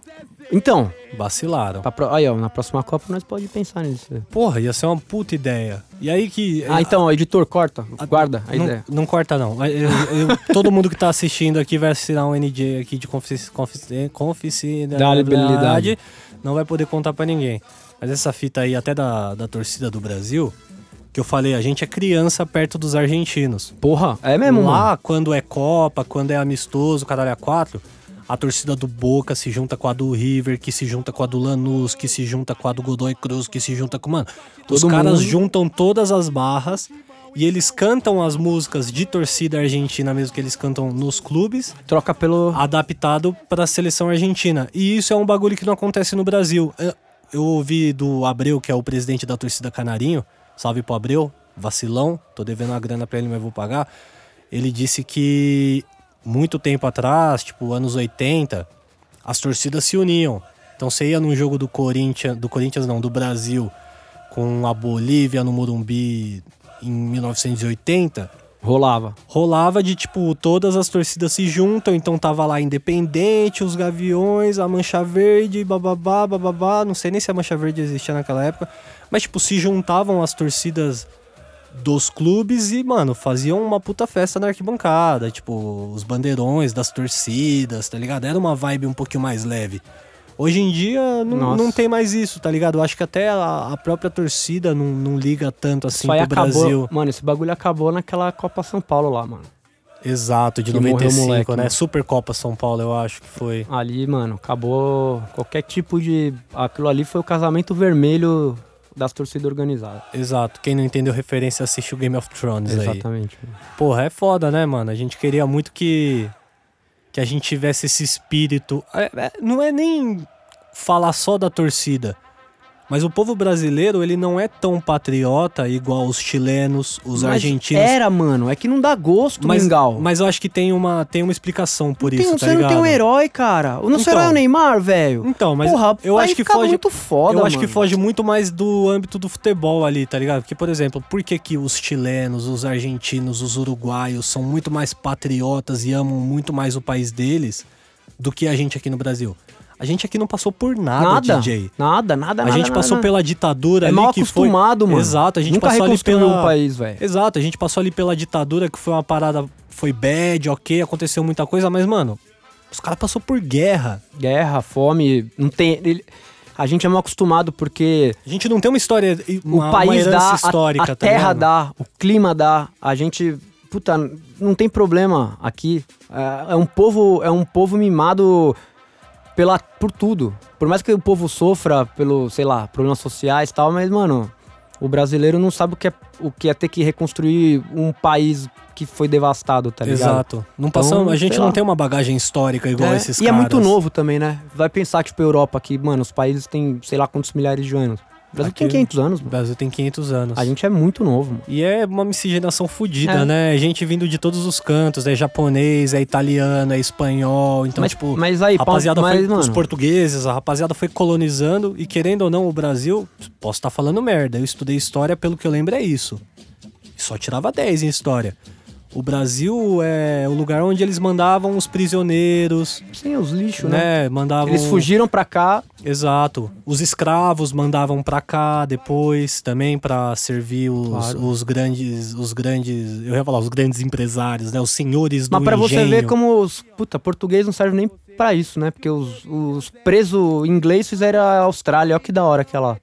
S3: Então,
S2: Vacilaram.
S3: pra pro- aí, ó, na próxima Copa nós pode pensar nisso.
S2: Porra, ia ser uma puta ideia. E aí que.
S3: Ah, então, ó, editor, corta, guarda a
S2: É, não,
S3: ideia.
S2: não corta, não. Eu- eu- todo mundo que tá assistindo aqui vai assinar um NJ aqui de confici- confici- confidencialidade.
S3: Dá-lhe-belidade.
S2: Não vai poder contar pra ninguém. Mas essa fita aí, até da, da torcida do Brasil, que eu falei, a gente é criança perto dos argentinos.
S3: Porra, é mesmo,
S2: Lá,
S3: mano?
S2: quando é Copa, quando é amistoso, caralho, a quatro, a torcida do Boca se junta com a do River, que se junta com a do Lanús, que se junta com a do Godoy Cruz, que se junta com. Mano, os
S3: Todo
S2: caras
S3: mundo.
S2: juntam todas as barras e eles cantam as músicas de torcida argentina, mesmo que eles cantam nos clubes,
S3: Troca pelo...
S2: adaptado pra seleção argentina. E isso é um bagulho que não acontece no Brasil. Eu- Eu ouvi do Abreu, que é o presidente da torcida Canarinho, salve pro Abreu, vacilão, tô devendo a grana pra ele, mas vou pagar. Ele disse que muito tempo atrás, tipo anos 80, as torcidas se uniam. Então você ia num jogo do Corinthians, do Corinthians não, do Brasil, com a Bolívia no Morumbi em 1980,
S3: Rolava.
S2: rolava de tipo todas as torcidas se juntam, então tava lá Independente, os Gaviões, a Mancha Verde, bababá, bababá, não sei nem se a Mancha Verde existia naquela época, mas tipo se juntavam as torcidas dos clubes e, mano, faziam uma puta festa na arquibancada, tipo, os bandeirões das torcidas, tá ligado? Era uma vibe um pouquinho mais leve. Hoje em dia não,
S3: Nossa.
S2: não tem mais isso, tá ligado? Eu acho que até a, a própria torcida não, não liga tanto assim
S3: Isso aí
S2: pro
S3: acabou.
S2: Brasil.
S3: Mano, esse bagulho acabou naquela Copa São Paulo lá, mano.
S2: Exato, de
S3: Que morreu o
S2: 95,
S3: moleque,
S2: né?
S3: mano.
S2: Supercopa São Paulo, eu acho que foi.
S3: Ali, mano, acabou qualquer tipo de. Aquilo ali foi o casamento vermelho das torcidas organizadas.
S2: Exato. Quem não entendeu referência assiste o Game of Thrones aí.
S3: Exatamente. mano.
S2: Porra, é foda, né, mano? A gente queria muito que que a gente tivesse esse espírito. É, é, não é nem falar só da torcida, mas o povo brasileiro ele não é tão patriota igual os chilenos, os
S3: Mas
S2: argentinos.
S3: Era, mano. É que não dá gosto,
S2: mas,
S3: Mingau.
S2: mas eu acho que tem uma tem uma explicação por
S3: Tem-
S2: isso, tá
S3: você não
S2: ligado?
S3: tem um herói, cara. O nosso
S2: Então.
S3: herói é o Neymar, velho.
S2: Então, mas
S3: Porra,
S2: eu
S3: aí
S2: acho que
S3: fica
S2: foge
S3: muito foda,
S2: Eu acho que
S3: mano.
S2: foge muito mais do âmbito do futebol ali, tá ligado? Porque, por exemplo, por que, que os chilenos, os argentinos, os uruguaios são muito mais patriotas e amam muito mais o país deles do que a gente aqui no Brasil? A gente aqui não passou por nada,
S3: Nada,
S2: DJ.
S3: nada, nada,
S2: A
S3: nada,
S2: gente
S3: nada,
S2: passou
S3: nada.
S2: pela ditadura
S3: É
S2: ali
S3: mal
S2: que foi...
S3: acostumado, mano.
S2: Exato, a gente
S3: Nunca
S2: passou ali
S3: reconstruiu
S2: pela...
S3: o país, velho.
S2: Exato, a gente passou ali pela ditadura, que foi uma parada... Foi bad, ok, aconteceu muita coisa, mas, mano, os caras passou por guerra.
S3: Guerra, fome, não tem... ele- A gente é mal acostumado porque
S2: A gente não tem uma história, uma,
S3: o
S2: uma
S3: país
S2: herança
S3: dá, a-
S2: histórica
S3: a,
S2: tá ligado?
S3: terra dá, o clima dá, a gente... Puta, não tem problema aqui. É- É um povo, é um povo mimado pela, por tudo. Por mais que o povo sofra pelo, sei lá, problemas sociais e tal, mas, mano, o brasileiro não sabe o que é, o que é ter que reconstruir um país que foi devastado, tá ligado?
S2: Exato. Não
S3: Então,
S2: passamos, a gente
S3: sei
S2: não
S3: lá.
S2: tem uma bagagem histórica igual
S3: É,
S2: esses
S3: e é
S2: caras.
S3: muito novo também, né? Vai pensar, tipo, a Europa, que, mano, os países têm sei lá quantos milhares de anos. O Brasil
S2: Aqui-
S3: tem 500 anos,
S2: O
S3: mano.
S2: Brasil tem 500 anos.
S3: A gente é muito novo, mano.
S2: E é uma miscigenação fodida,
S3: É.
S2: né? Gente vindo de todos os cantos, é japonês, é italiano, é espanhol, então
S3: mas,
S2: tipo,
S3: mas aí,
S2: a rapaziada
S3: mas,
S2: foi os
S3: mano,
S2: portugueses, a rapaziada foi colonizando e querendo ou não o Brasil, posso estar falando merda, eu estudei história, pelo que eu lembro é isso. E Só tirava 10 em história. O Brasil é o lugar onde eles mandavam os prisioneiros,
S3: sim, os lixos, né?
S2: né? Mandavam
S3: Eles fugiram pra cá,
S2: Exato. Os escravos mandavam pra cá depois também pra servir os,
S3: Claro.
S2: os grandes, os grandes, eu ia falar os grandes empresários, né, os senhores do
S3: mas pra você
S2: engenho.
S3: ver como os... Puta, português não serve nem pra isso, né? Porque os, os presos ingleses fizeram a Austrália, ó que da hora aquela.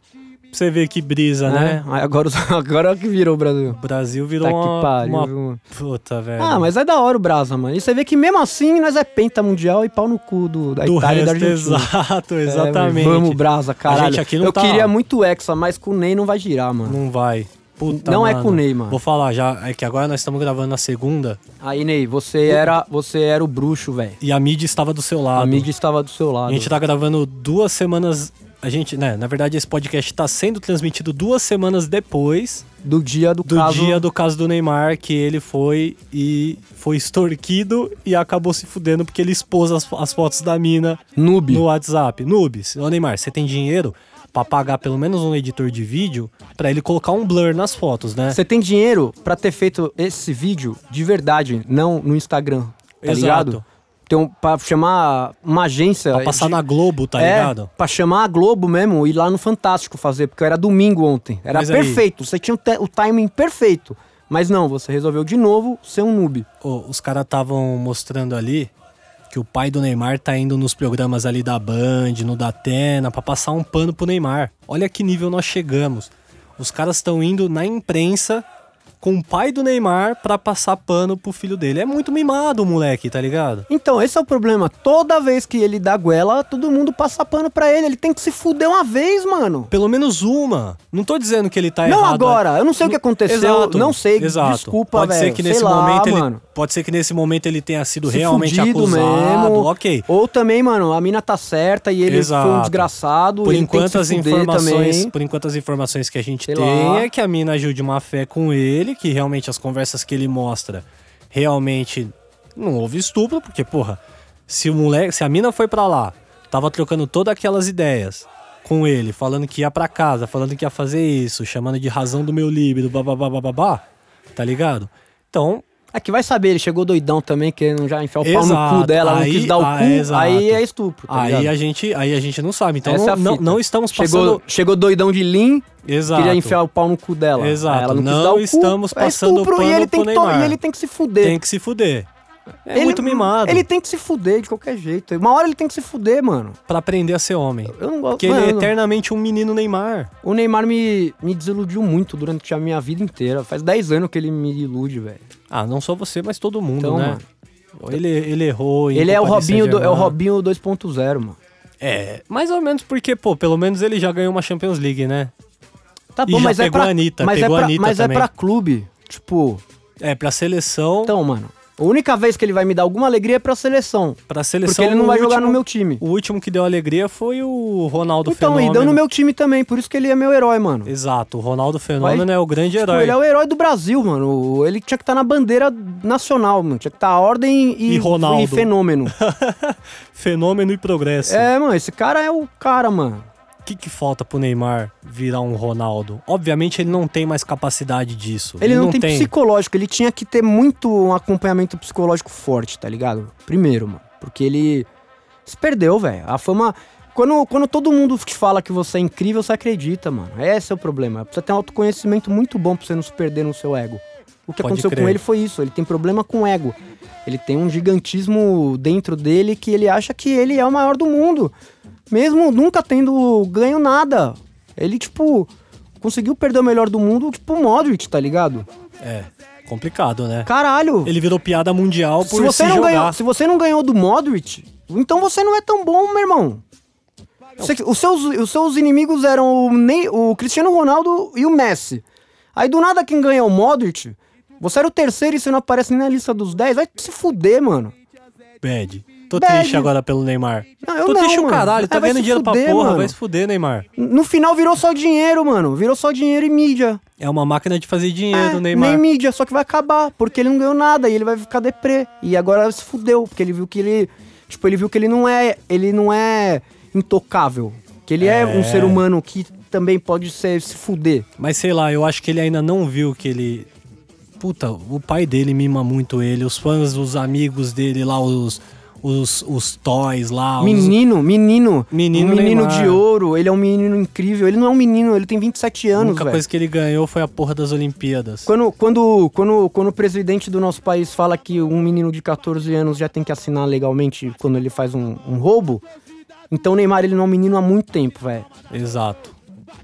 S2: você vê que brisa, né?
S3: Aí Agora, os, agora é o que virou o Brasil.
S2: O Brasil virou
S3: É. Tá que
S2: uma,
S3: pariu,
S2: uma
S3: viu, mano?
S2: puta, velho.
S3: Ah, mas é da hora o Brasa, mano. E você vê que mesmo assim nós é penta mundial e pau no cu do, da
S2: do
S3: Itália e da
S2: resto,
S3: Argentina.
S2: exato,
S3: É,
S2: exatamente.
S3: mas vamos, Brasa, caralho.
S2: gente aqui não
S3: eu
S2: tá-
S3: queria muito o Hexa, mas com o Ney não vai girar, mano.
S2: Não vai. Puta,
S3: Não é
S2: mano.
S3: com o Ney, mano.
S2: Vou falar já, é que agora nós estamos gravando na segunda
S3: Aí, Ney, você era, você era o bruxo, velho.
S2: e a mídia estava do seu lado.
S3: A mídia estava do seu lado.
S2: A gente tá gravando duas semanas. A gente, né? Na verdade, esse podcast tá sendo transmitido duas semanas depois
S3: Do dia do,
S2: tá- do
S3: caso.
S2: dia do caso do Neymar, que ele foi e foi extorquido e acabou se fudendo porque ele expôs as, as fotos da mina
S3: Noob.
S2: no WhatsApp. Nubes, ô Neymar, você tem dinheiro pra pagar pelo menos um editor de vídeo pra ele colocar um blur nas fotos, né?
S3: Você tem dinheiro pra ter feito esse vídeo de verdade, não no Instagram. Tá
S2: Exato.
S3: ligado? Então, pra chamar uma agência.
S2: Pra passar
S3: de-
S2: na Globo, tá
S3: é,
S2: ligado?
S3: Pra chamar a Globo mesmo e ir lá no Fantástico fazer, porque era domingo ontem. Era
S2: Mas aí-
S3: perfeito. Você tinha o, te- o timing perfeito. Mas não, você resolveu de novo ser um noob.
S2: Ô, os caras estavam mostrando ali que o pai do Neymar tá indo nos programas ali da Band, no da Atena, pra passar um pano pro Neymar. Olha que nível nós chegamos. Os caras estão indo na imprensa com o pai do Neymar pra passar pano pro filho dele. É muito mimado o moleque, tá ligado?
S3: Então, esse é o problema. Toda vez que ele dá goela, todo mundo passa pano pra ele. Ele tem que se fuder uma vez, mano.
S2: Pelo menos uma. Não tô dizendo que ele tá
S3: Não
S2: errado.
S3: agora, eu não sei o que aconteceu, não sei, desculpa,
S2: pode ser
S3: velho,
S2: que
S3: sei
S2: nesse
S3: lá,
S2: momento ele-
S3: mano.
S2: Pode ser que nesse momento ele tenha sido
S3: Se
S2: realmente
S3: fudido
S2: acusado.
S3: mesmo.
S2: Ok.
S3: Ou também, mano, a mina tá certa e ele foi um
S2: Exato.
S3: desgraçado.
S2: Por
S3: ele
S2: enquanto,
S3: tem que
S2: as
S3: se fuder
S2: informações,
S3: também.
S2: por enquanto as informações que a gente
S3: Sei
S2: tem
S3: lá.
S2: é que a mina agiu de má fé com ele, que realmente as conversas que ele mostra realmente não houve estupro, porque porra, se o moleque, se a mina foi pra lá, tava trocando todas aquelas ideias com ele, falando que ia pra casa, falando que ia fazer isso, chamando de razão do meu líbido, babá, babá, tá ligado? Então,
S3: É que vai saber, ele chegou doidão também, querendo já enfiar o pau no
S2: Exato,
S3: cu dela, não
S2: aí-
S3: quis dar o
S2: ah,
S3: cu,
S2: é, exato.
S3: aí é estupro, tá
S2: aí
S3: ligado?
S2: a gente, aí a gente não sabe. Então,
S3: Essa é a
S2: não, não,
S3: fita.
S2: não estamos
S3: chegou,
S2: passando
S3: chegou doidão de Lean,
S2: Exato.
S3: queria enfiar o pau no cu dela.
S2: Exato,
S3: Aí Ela não, quis
S2: não
S3: dar o cu,
S2: estamos
S3: é
S2: passando
S3: estupro,
S2: pano
S3: e ele tem
S2: pro
S3: que to-
S2: Neymar.
S3: E ele tem que se fuder.
S2: Tem que se fuder. É muito mimado.
S3: Ele tem que se fuder de qualquer jeito. Uma hora ele tem que se fuder, mano.
S2: Pra aprender a ser homem.
S3: Eu não gosto.
S2: Porque
S3: mano,
S2: ele é eternamente um menino Neymar.
S3: O Neymar me, me desiludiu muito durante a minha vida inteira. Faz 10 anos que ele me ilude, velho.
S2: Ah, não só você, mas todo mundo,
S3: Então,
S2: né?
S3: mano.
S2: Ele, ele errou. em
S3: Ele é o
S2: culpa de
S3: Robinho, do- é o
S2: Saint-Germain.
S3: Robinho 2.0, mano.
S2: É, mais ou menos porque, pô, pelo menos ele já ganhou uma Champions League, né?
S3: Tá bom,
S2: e
S3: mas
S2: já
S3: é
S2: pegou
S3: pra,
S2: a Anitta,
S3: mas, é
S2: pegou
S3: pra,
S2: a Anitta
S3: mas é
S2: também.
S3: pra clube. Tipo,
S2: É, pra seleção.
S3: então, mano, a única vez que ele vai me dar alguma alegria é pra seleção.
S2: pra seleção.
S3: Porque ele não
S2: o
S3: vai jogar
S2: último-
S3: no meu time.
S2: O último que deu alegria foi o Ronaldo
S3: Então,
S2: Fenômeno.
S3: e deu no meu time também, por isso que ele é meu herói, mano.
S2: Exato, o Ronaldo Fenômeno
S3: Vai-
S2: é o grande
S3: Tipo,
S2: herói.
S3: ele é o herói do Brasil, mano. Ele tinha que estar na bandeira nacional, mano. Tinha que estar a ordem e,
S2: E Ronaldo.
S3: e fenômeno.
S2: Fenômeno e progresso.
S3: é, mano, esse cara é o cara, mano.
S2: O que, que falta pro Neymar virar um Ronaldo? Obviamente ele não tem mais capacidade disso.
S3: Ele não, tem, psicológico, ele tinha que ter muito um acompanhamento psicológico forte, tá ligado? Primeiro, mano. Porque ele se perdeu, velho. A fama. Quando, quando todo mundo te fala que você é incrível, você acredita, mano. Esse é o problema. Precisa ter um autoconhecimento muito bom pra você não se perder no seu ego. O que
S2: Pode
S3: aconteceu
S2: crer.
S3: com ele foi isso. Ele tem problema com o ego. Ele tem um gigantismo dentro dele que ele acha que ele é o maior do mundo. Mesmo nunca tendo ganho nada. Ele, tipo, conseguiu perder o melhor do mundo, tipo o Modric, tá ligado?
S2: É, complicado, né?
S3: Caralho!
S2: Ele virou piada mundial por
S3: se, você
S2: se
S3: não
S2: jogar.
S3: ganhou, se você não ganhou do Modric, então você não é tão bom, meu irmão. Você- os, seus, os seus inimigos eram o, Ney- o Cristiano Ronaldo e o Messi. Aí do nada quem ganha é o Modric. Você era o terceiro e você não aparece nem na lista dos 10. Vai se fuder, mano.
S2: Bad. Tô
S3: Bad.
S2: triste agora pelo Neymar.
S3: Não, eu
S2: Tô
S3: não,
S2: triste o
S3: mano.
S2: caralho,
S3: É,
S2: tá
S3: vai
S2: ganhando
S3: se
S2: dinheiro pra
S3: fuder,
S2: porra,
S3: mano.
S2: vai se fuder, Neymar.
S3: No final virou só dinheiro, mano. Virou só dinheiro e mídia.
S2: É uma máquina de fazer dinheiro,
S3: É,
S2: Neymar.
S3: Nem mídia, só que vai acabar, porque ele não ganhou nada e ele vai ficar deprê. E agora se fudeu, porque ele viu que ele. Tipo, ele viu que ele não é. Ele não é intocável. Que ele é, um ser humano que também pode ser, se fuder.
S2: Mas sei lá, eu acho que ele ainda não viu que ele. Puta, o pai dele mima muito ele, os fãs, os amigos dele lá, os, os, os toys lá. os-
S3: Menino, menino.
S2: Menino
S3: um menino
S2: Neymar.
S3: de ouro, ele é um menino incrível. Ele não é um menino, ele tem 27
S2: A
S3: anos,
S2: única
S3: velho.
S2: coisa que ele ganhou foi a porra das Olimpíadas.
S3: Quando, quando, quando, quando o presidente do nosso país fala que um menino de 14 anos já tem que assinar legalmente quando ele faz um, um roubo, então o Neymar ele não é um menino há muito tempo, velho.
S2: Exato.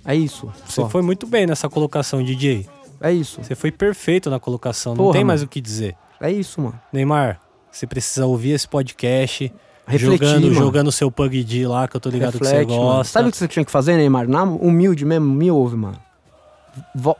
S3: É isso.
S2: Você
S3: Só.
S2: foi muito bem nessa colocação, DJ.
S3: É isso.
S2: Você foi perfeito na colocação, não
S3: Porra,
S2: tem mais
S3: mano.
S2: o que dizer.
S3: É isso, mano.
S2: Neymar, você precisa ouvir esse podcast.
S3: Refletir,
S2: jogando,
S3: mano.
S2: jogando seu PUBG lá, que eu tô ligado
S3: Reflete,
S2: que você
S3: mano.
S2: gosta.
S3: Sabe o que você tinha que fazer, Neymar? Na humilde mesmo, me ouve, mano. Vo-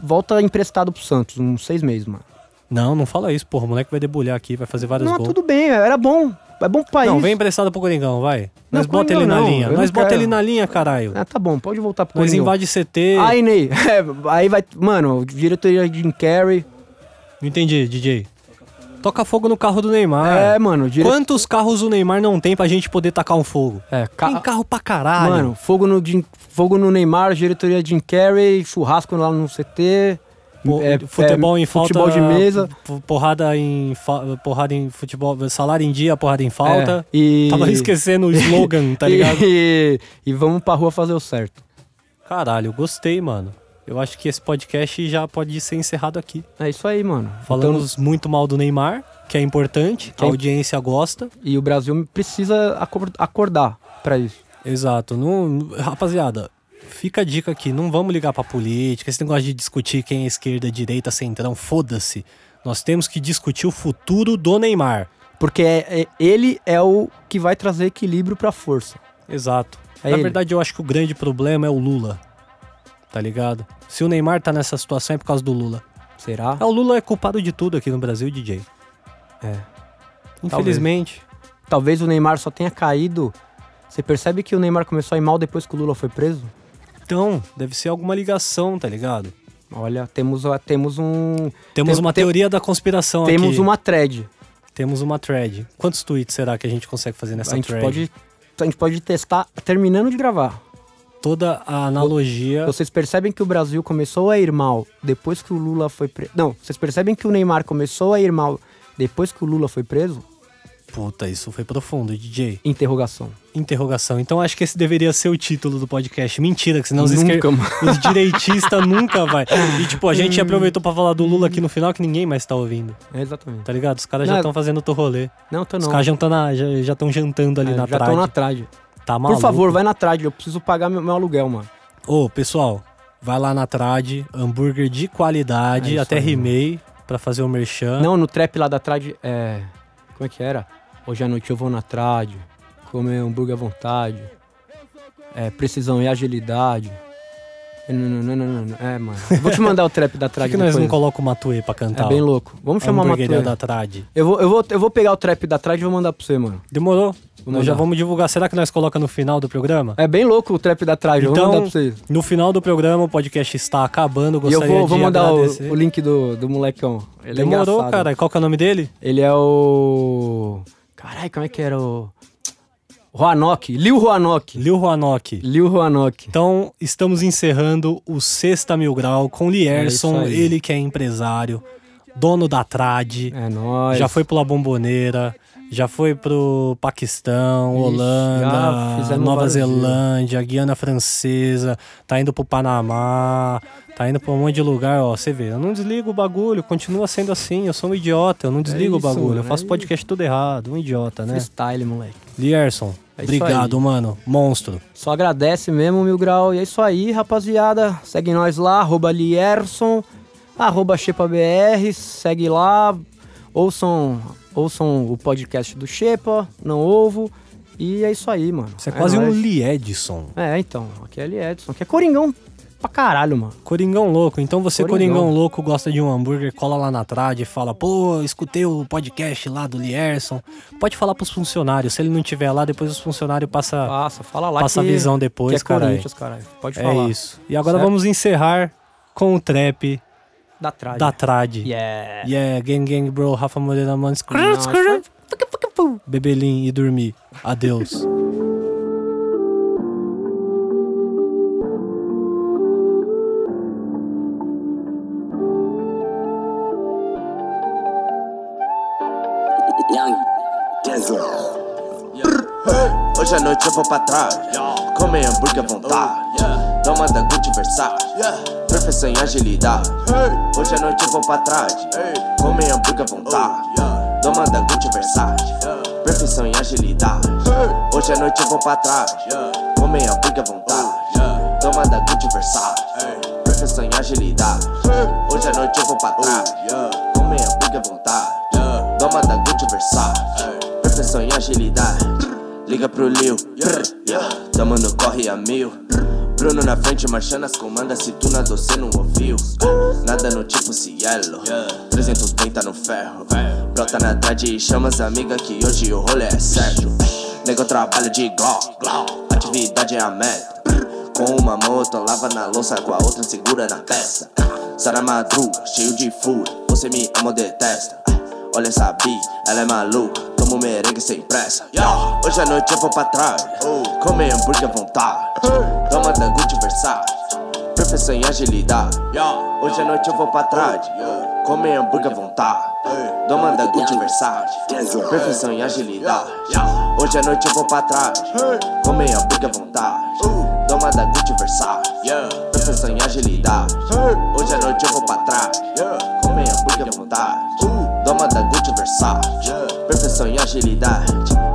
S3: volta emprestado pro Santos, uns seis meses, mano.
S2: Não, não fala isso, porra. O moleque vai debulhar aqui, vai fazer vários
S3: Não,
S2: gols.
S3: tudo bem, era bom. É bom pro país.
S2: Não, vem emprestado pro Coringão, vai.
S3: Não,
S2: Nós bota
S3: Coringão
S2: ele na
S3: não,
S2: linha.
S3: eu não
S2: Nós bota
S3: quero.
S2: ele na linha, caralho.
S3: Ah, tá bom, pode voltar pro
S2: Nós
S3: Coringão.
S2: invade CT.
S3: Aí, Ney. é, aí vai. Mano, diretoria de Jim Carrey.
S2: Não entendi, DJ. Toca fogo no carro do
S3: É,
S2: Neymar.
S3: mano. Dire...
S2: Quantos carros o Neymar não tem pra gente poder tacar um fogo?
S3: É, ca-
S2: Tem carro pra caralho.
S3: Mano, fogo no, Jim- fogo no Neymar, diretoria de Jim Carrey, churrasco lá no CT.
S2: Pô,
S3: é,
S2: futebol
S3: é,
S2: em falta.
S3: Futebol de mesa.
S2: po- Porrada em, fa- porrada em futebol. Salário em dia, porrada em falta.
S3: É, e-
S2: Tava esquecendo o slogan, tá ligado?
S3: E, e vamos pra rua fazer o certo.
S2: Caralho, gostei, mano. Eu acho que esse podcast já pode ser encerrado aqui.
S3: É isso aí, mano. Então,
S2: Falamos muito mal do Neymar, que é importante, que a
S3: Quem-
S2: audiência gosta.
S3: Então, e o Brasil precisa acor- acordar pra isso.
S2: Exato. Não, rapaziada, fica a dica aqui, não vamos ligar pra política, esse negócio de discutir quem é esquerda, direita, centrão, foda-se. Nós temos que discutir o futuro do Neymar.
S3: Porque é- é- ele é o que vai trazer equilíbrio pra força.
S2: Exato.
S3: É
S2: Na
S3: ele.
S2: verdade, eu acho que o grande problema é o Lula. Tá ligado? Se o Neymar tá nessa situação é por causa do Lula.
S3: Será?
S2: Ah, o Lula é culpado de tudo aqui no Brasil, DJ.
S3: É.
S2: Infelizmente.
S3: Talvez o Neymar só tenha caído. Você percebe que o Neymar começou a ir mal depois que o Lula foi preso?
S2: Então, deve ser alguma ligação, tá ligado?
S3: Olha, temos, a- temos um.
S2: Temos
S3: tem-
S2: uma
S3: tem-
S2: teoria da conspiração
S3: Temos
S2: aqui.
S3: uma thread.
S2: Temos uma thread. Quantos tweets será que a gente consegue fazer nessa
S3: a, gente
S2: thread?
S3: pode, a gente pode testar terminando de gravar.
S2: Toda a analogia.
S3: Vocês percebem que o Brasil começou a ir mal depois que o Lula foi preso. Não, vocês percebem que o Neymar começou a ir mal depois que o Lula foi preso?
S2: Puta, isso foi profundo, DJ.
S3: Interrogação.
S2: Interrogação. Então acho que esse deveria ser o título do podcast. Mentira, que senão os,
S3: Nunca,
S2: esquer...
S3: mano.
S2: os direitistas nunca vai. E tipo, a gente aproveitou pra falar do Lula aqui no final que ninguém mais tá ouvindo,
S3: É, exatamente.
S2: tá ligado? Os caras já
S3: Não,
S2: estão fazendo outro rolê.
S3: Não, tô
S2: Os
S3: não.
S2: caras já estão já, tão jantando ali
S3: É,
S2: na
S3: já
S2: trade.
S3: estão na trade.
S2: Tá maluco.
S3: Por favor, vai na trade, eu preciso pagar meu, meu aluguel, mano.
S2: Ô, pessoal, vai lá na Trad, hambúrguer de qualidade,
S3: É isso
S2: até
S3: aí,
S2: rimei pra fazer o merchan.
S3: Não, no trap lá da trade, é. Como é que era? Hoje à noite eu vou na trade, comer hambúrguer à vontade, é, precisão e agilidade. Não, não, não, não, não, não. É, mano. Eu Vou te mandar o trap da
S2: Por que,
S3: Trad
S2: que nós não
S3: depois.
S2: colocamos o Matue pra cantar? um
S3: É bem louco. Vamos chamar uma
S2: Hamburgueria
S3: Matue.
S2: da Trad.
S3: Eu vou, eu, vou, eu vou pegar o trap da Trad e vou mandar pra você, mano.
S2: Demorou. nós já
S3: mandar.
S2: vamos divulgar. Será que nós coloca no final do programa?
S3: É bem louco o trap da Trad, eu vou mandar
S2: Então,
S3: pra vocês.
S2: no final do programa, o podcast está acabando.
S3: E eu
S2: Gostaria
S3: vou, vou
S2: de
S3: mandar o,
S2: agradecer.
S3: o link do, do molecão. Ele é
S2: Demorou,
S3: engraçado.
S2: cara. E Qual que é o nome dele?
S3: Ele é o. Caralho, como é que era o. Roanoke. Lil Roanoke.
S2: Lil Roanoke.
S3: Lil Roanoke.
S2: Então, estamos encerrando o Sexta Mil Grau com Lierson,
S3: É isso aí.
S2: ele que é empresário, dono da Trad,
S3: É nóis.
S2: já foi pela Bomboneira, já foi pro Paquistão,
S3: Ixi, já
S2: Holanda,
S3: fizemos
S2: Nova
S3: vários
S2: Zelândia, Guiana Francesa, tá indo pro Panamá, tá indo pra um monte de lugar, ó, você vê, eu não desligo o bagulho, continua sendo assim, eu sou um idiota, eu não desligo o
S3: É isso,
S2: bagulho, eu
S3: mano,
S2: faço
S3: é
S2: podcast tudo errado, um idiota, né?
S3: Freestyle, moleque.
S2: Lierson,
S3: É isso
S2: obrigado, mano, monstro.
S3: Só agradece mesmo, Mil Grau. E é isso aí, rapaziada. Segue nós lá, arroba Lierson, arroba ChepaBR, segue lá. Ouçam, ouçam o podcast do Chepa, não ovo. E é isso aí, mano.
S2: Você é quase um
S3: nóis.
S2: Liedson.
S3: É, então. Aqui é Liedson, que é Coringão pra caralho, mano.
S2: Coringão Louco. Então você, Coringão.
S3: Coringão.
S2: Louco, gosta de um hambúrguer, cola lá na trade e fala, pô, escutei o podcast lá do Lierson. Pode falar pros funcionários. Se ele não tiver lá, depois os funcionários passam
S3: Passa, fala lá
S2: passa a
S3: que,
S2: visão
S3: que é
S2: depois, cara.
S3: Corinthians, caralho. Pode falar.
S2: É isso. E agora
S3: Certo?
S2: vamos encerrar com o trap
S3: Da trás.
S2: da trade.
S3: Yeah.
S2: Yeah, gang gang bro, Rafa Moreira Manes,
S3: Nossa.
S2: Bebelim e dormir. Adeus.
S4: Young Diesel. Hoje à noite eu vou pra trás. Come hambúrguer à vontade. Toma da Gucci Versace. Perfeição em agilidade. Hoje à noite eu vou pra trás. Come hambúrguer à vontade. Toma da Gucci Versace. Perfeição em agilidade. Hoje à noite eu vou pra trás. Come hambúrguer à vontade. Toma da Gucci Versace. Perfeição em agilidade. Hoje à noite eu vou pra trás. Come hambúrguer à vontade. Doma da Gucci Versace Perfeição e agilidade Liga pro Lil brr, yeah. Tamo no corre a mil Bruno na frente marchando as comandas Se tu nadou cê não ouviu Nada no tipo cielo 300 bem tá no ferro Brota na tarde e chama as amigas Que hoje o rolê é certo Nego trabalho de glock glock. Atividade é a meta com uma moto, lava na louça, com a outra segura na peça. Sara madruga, cheio de fúria, você me ama ou detesta. Olha essa bi, ela é maluca, toma um merengue sem pressa. Yo, Hoje à noite eu vou pra trás, come hambúrguer à vontade. Toma da Gucci Versace, perfeição em agilidade. Hoje à noite eu vou pra trás, come hambúrguer à vontade. Toma da Gucci Versace, perfeição em agilidade. Hoje à noite eu vou pra trás, come hambúrguer à vontade. Doma da Gucci Versace Perfeição em agilidade Hoje à noite eu vou pra trás Comem hambúrguer à vontade Doma da Gucci Versace Perfeição em agilidade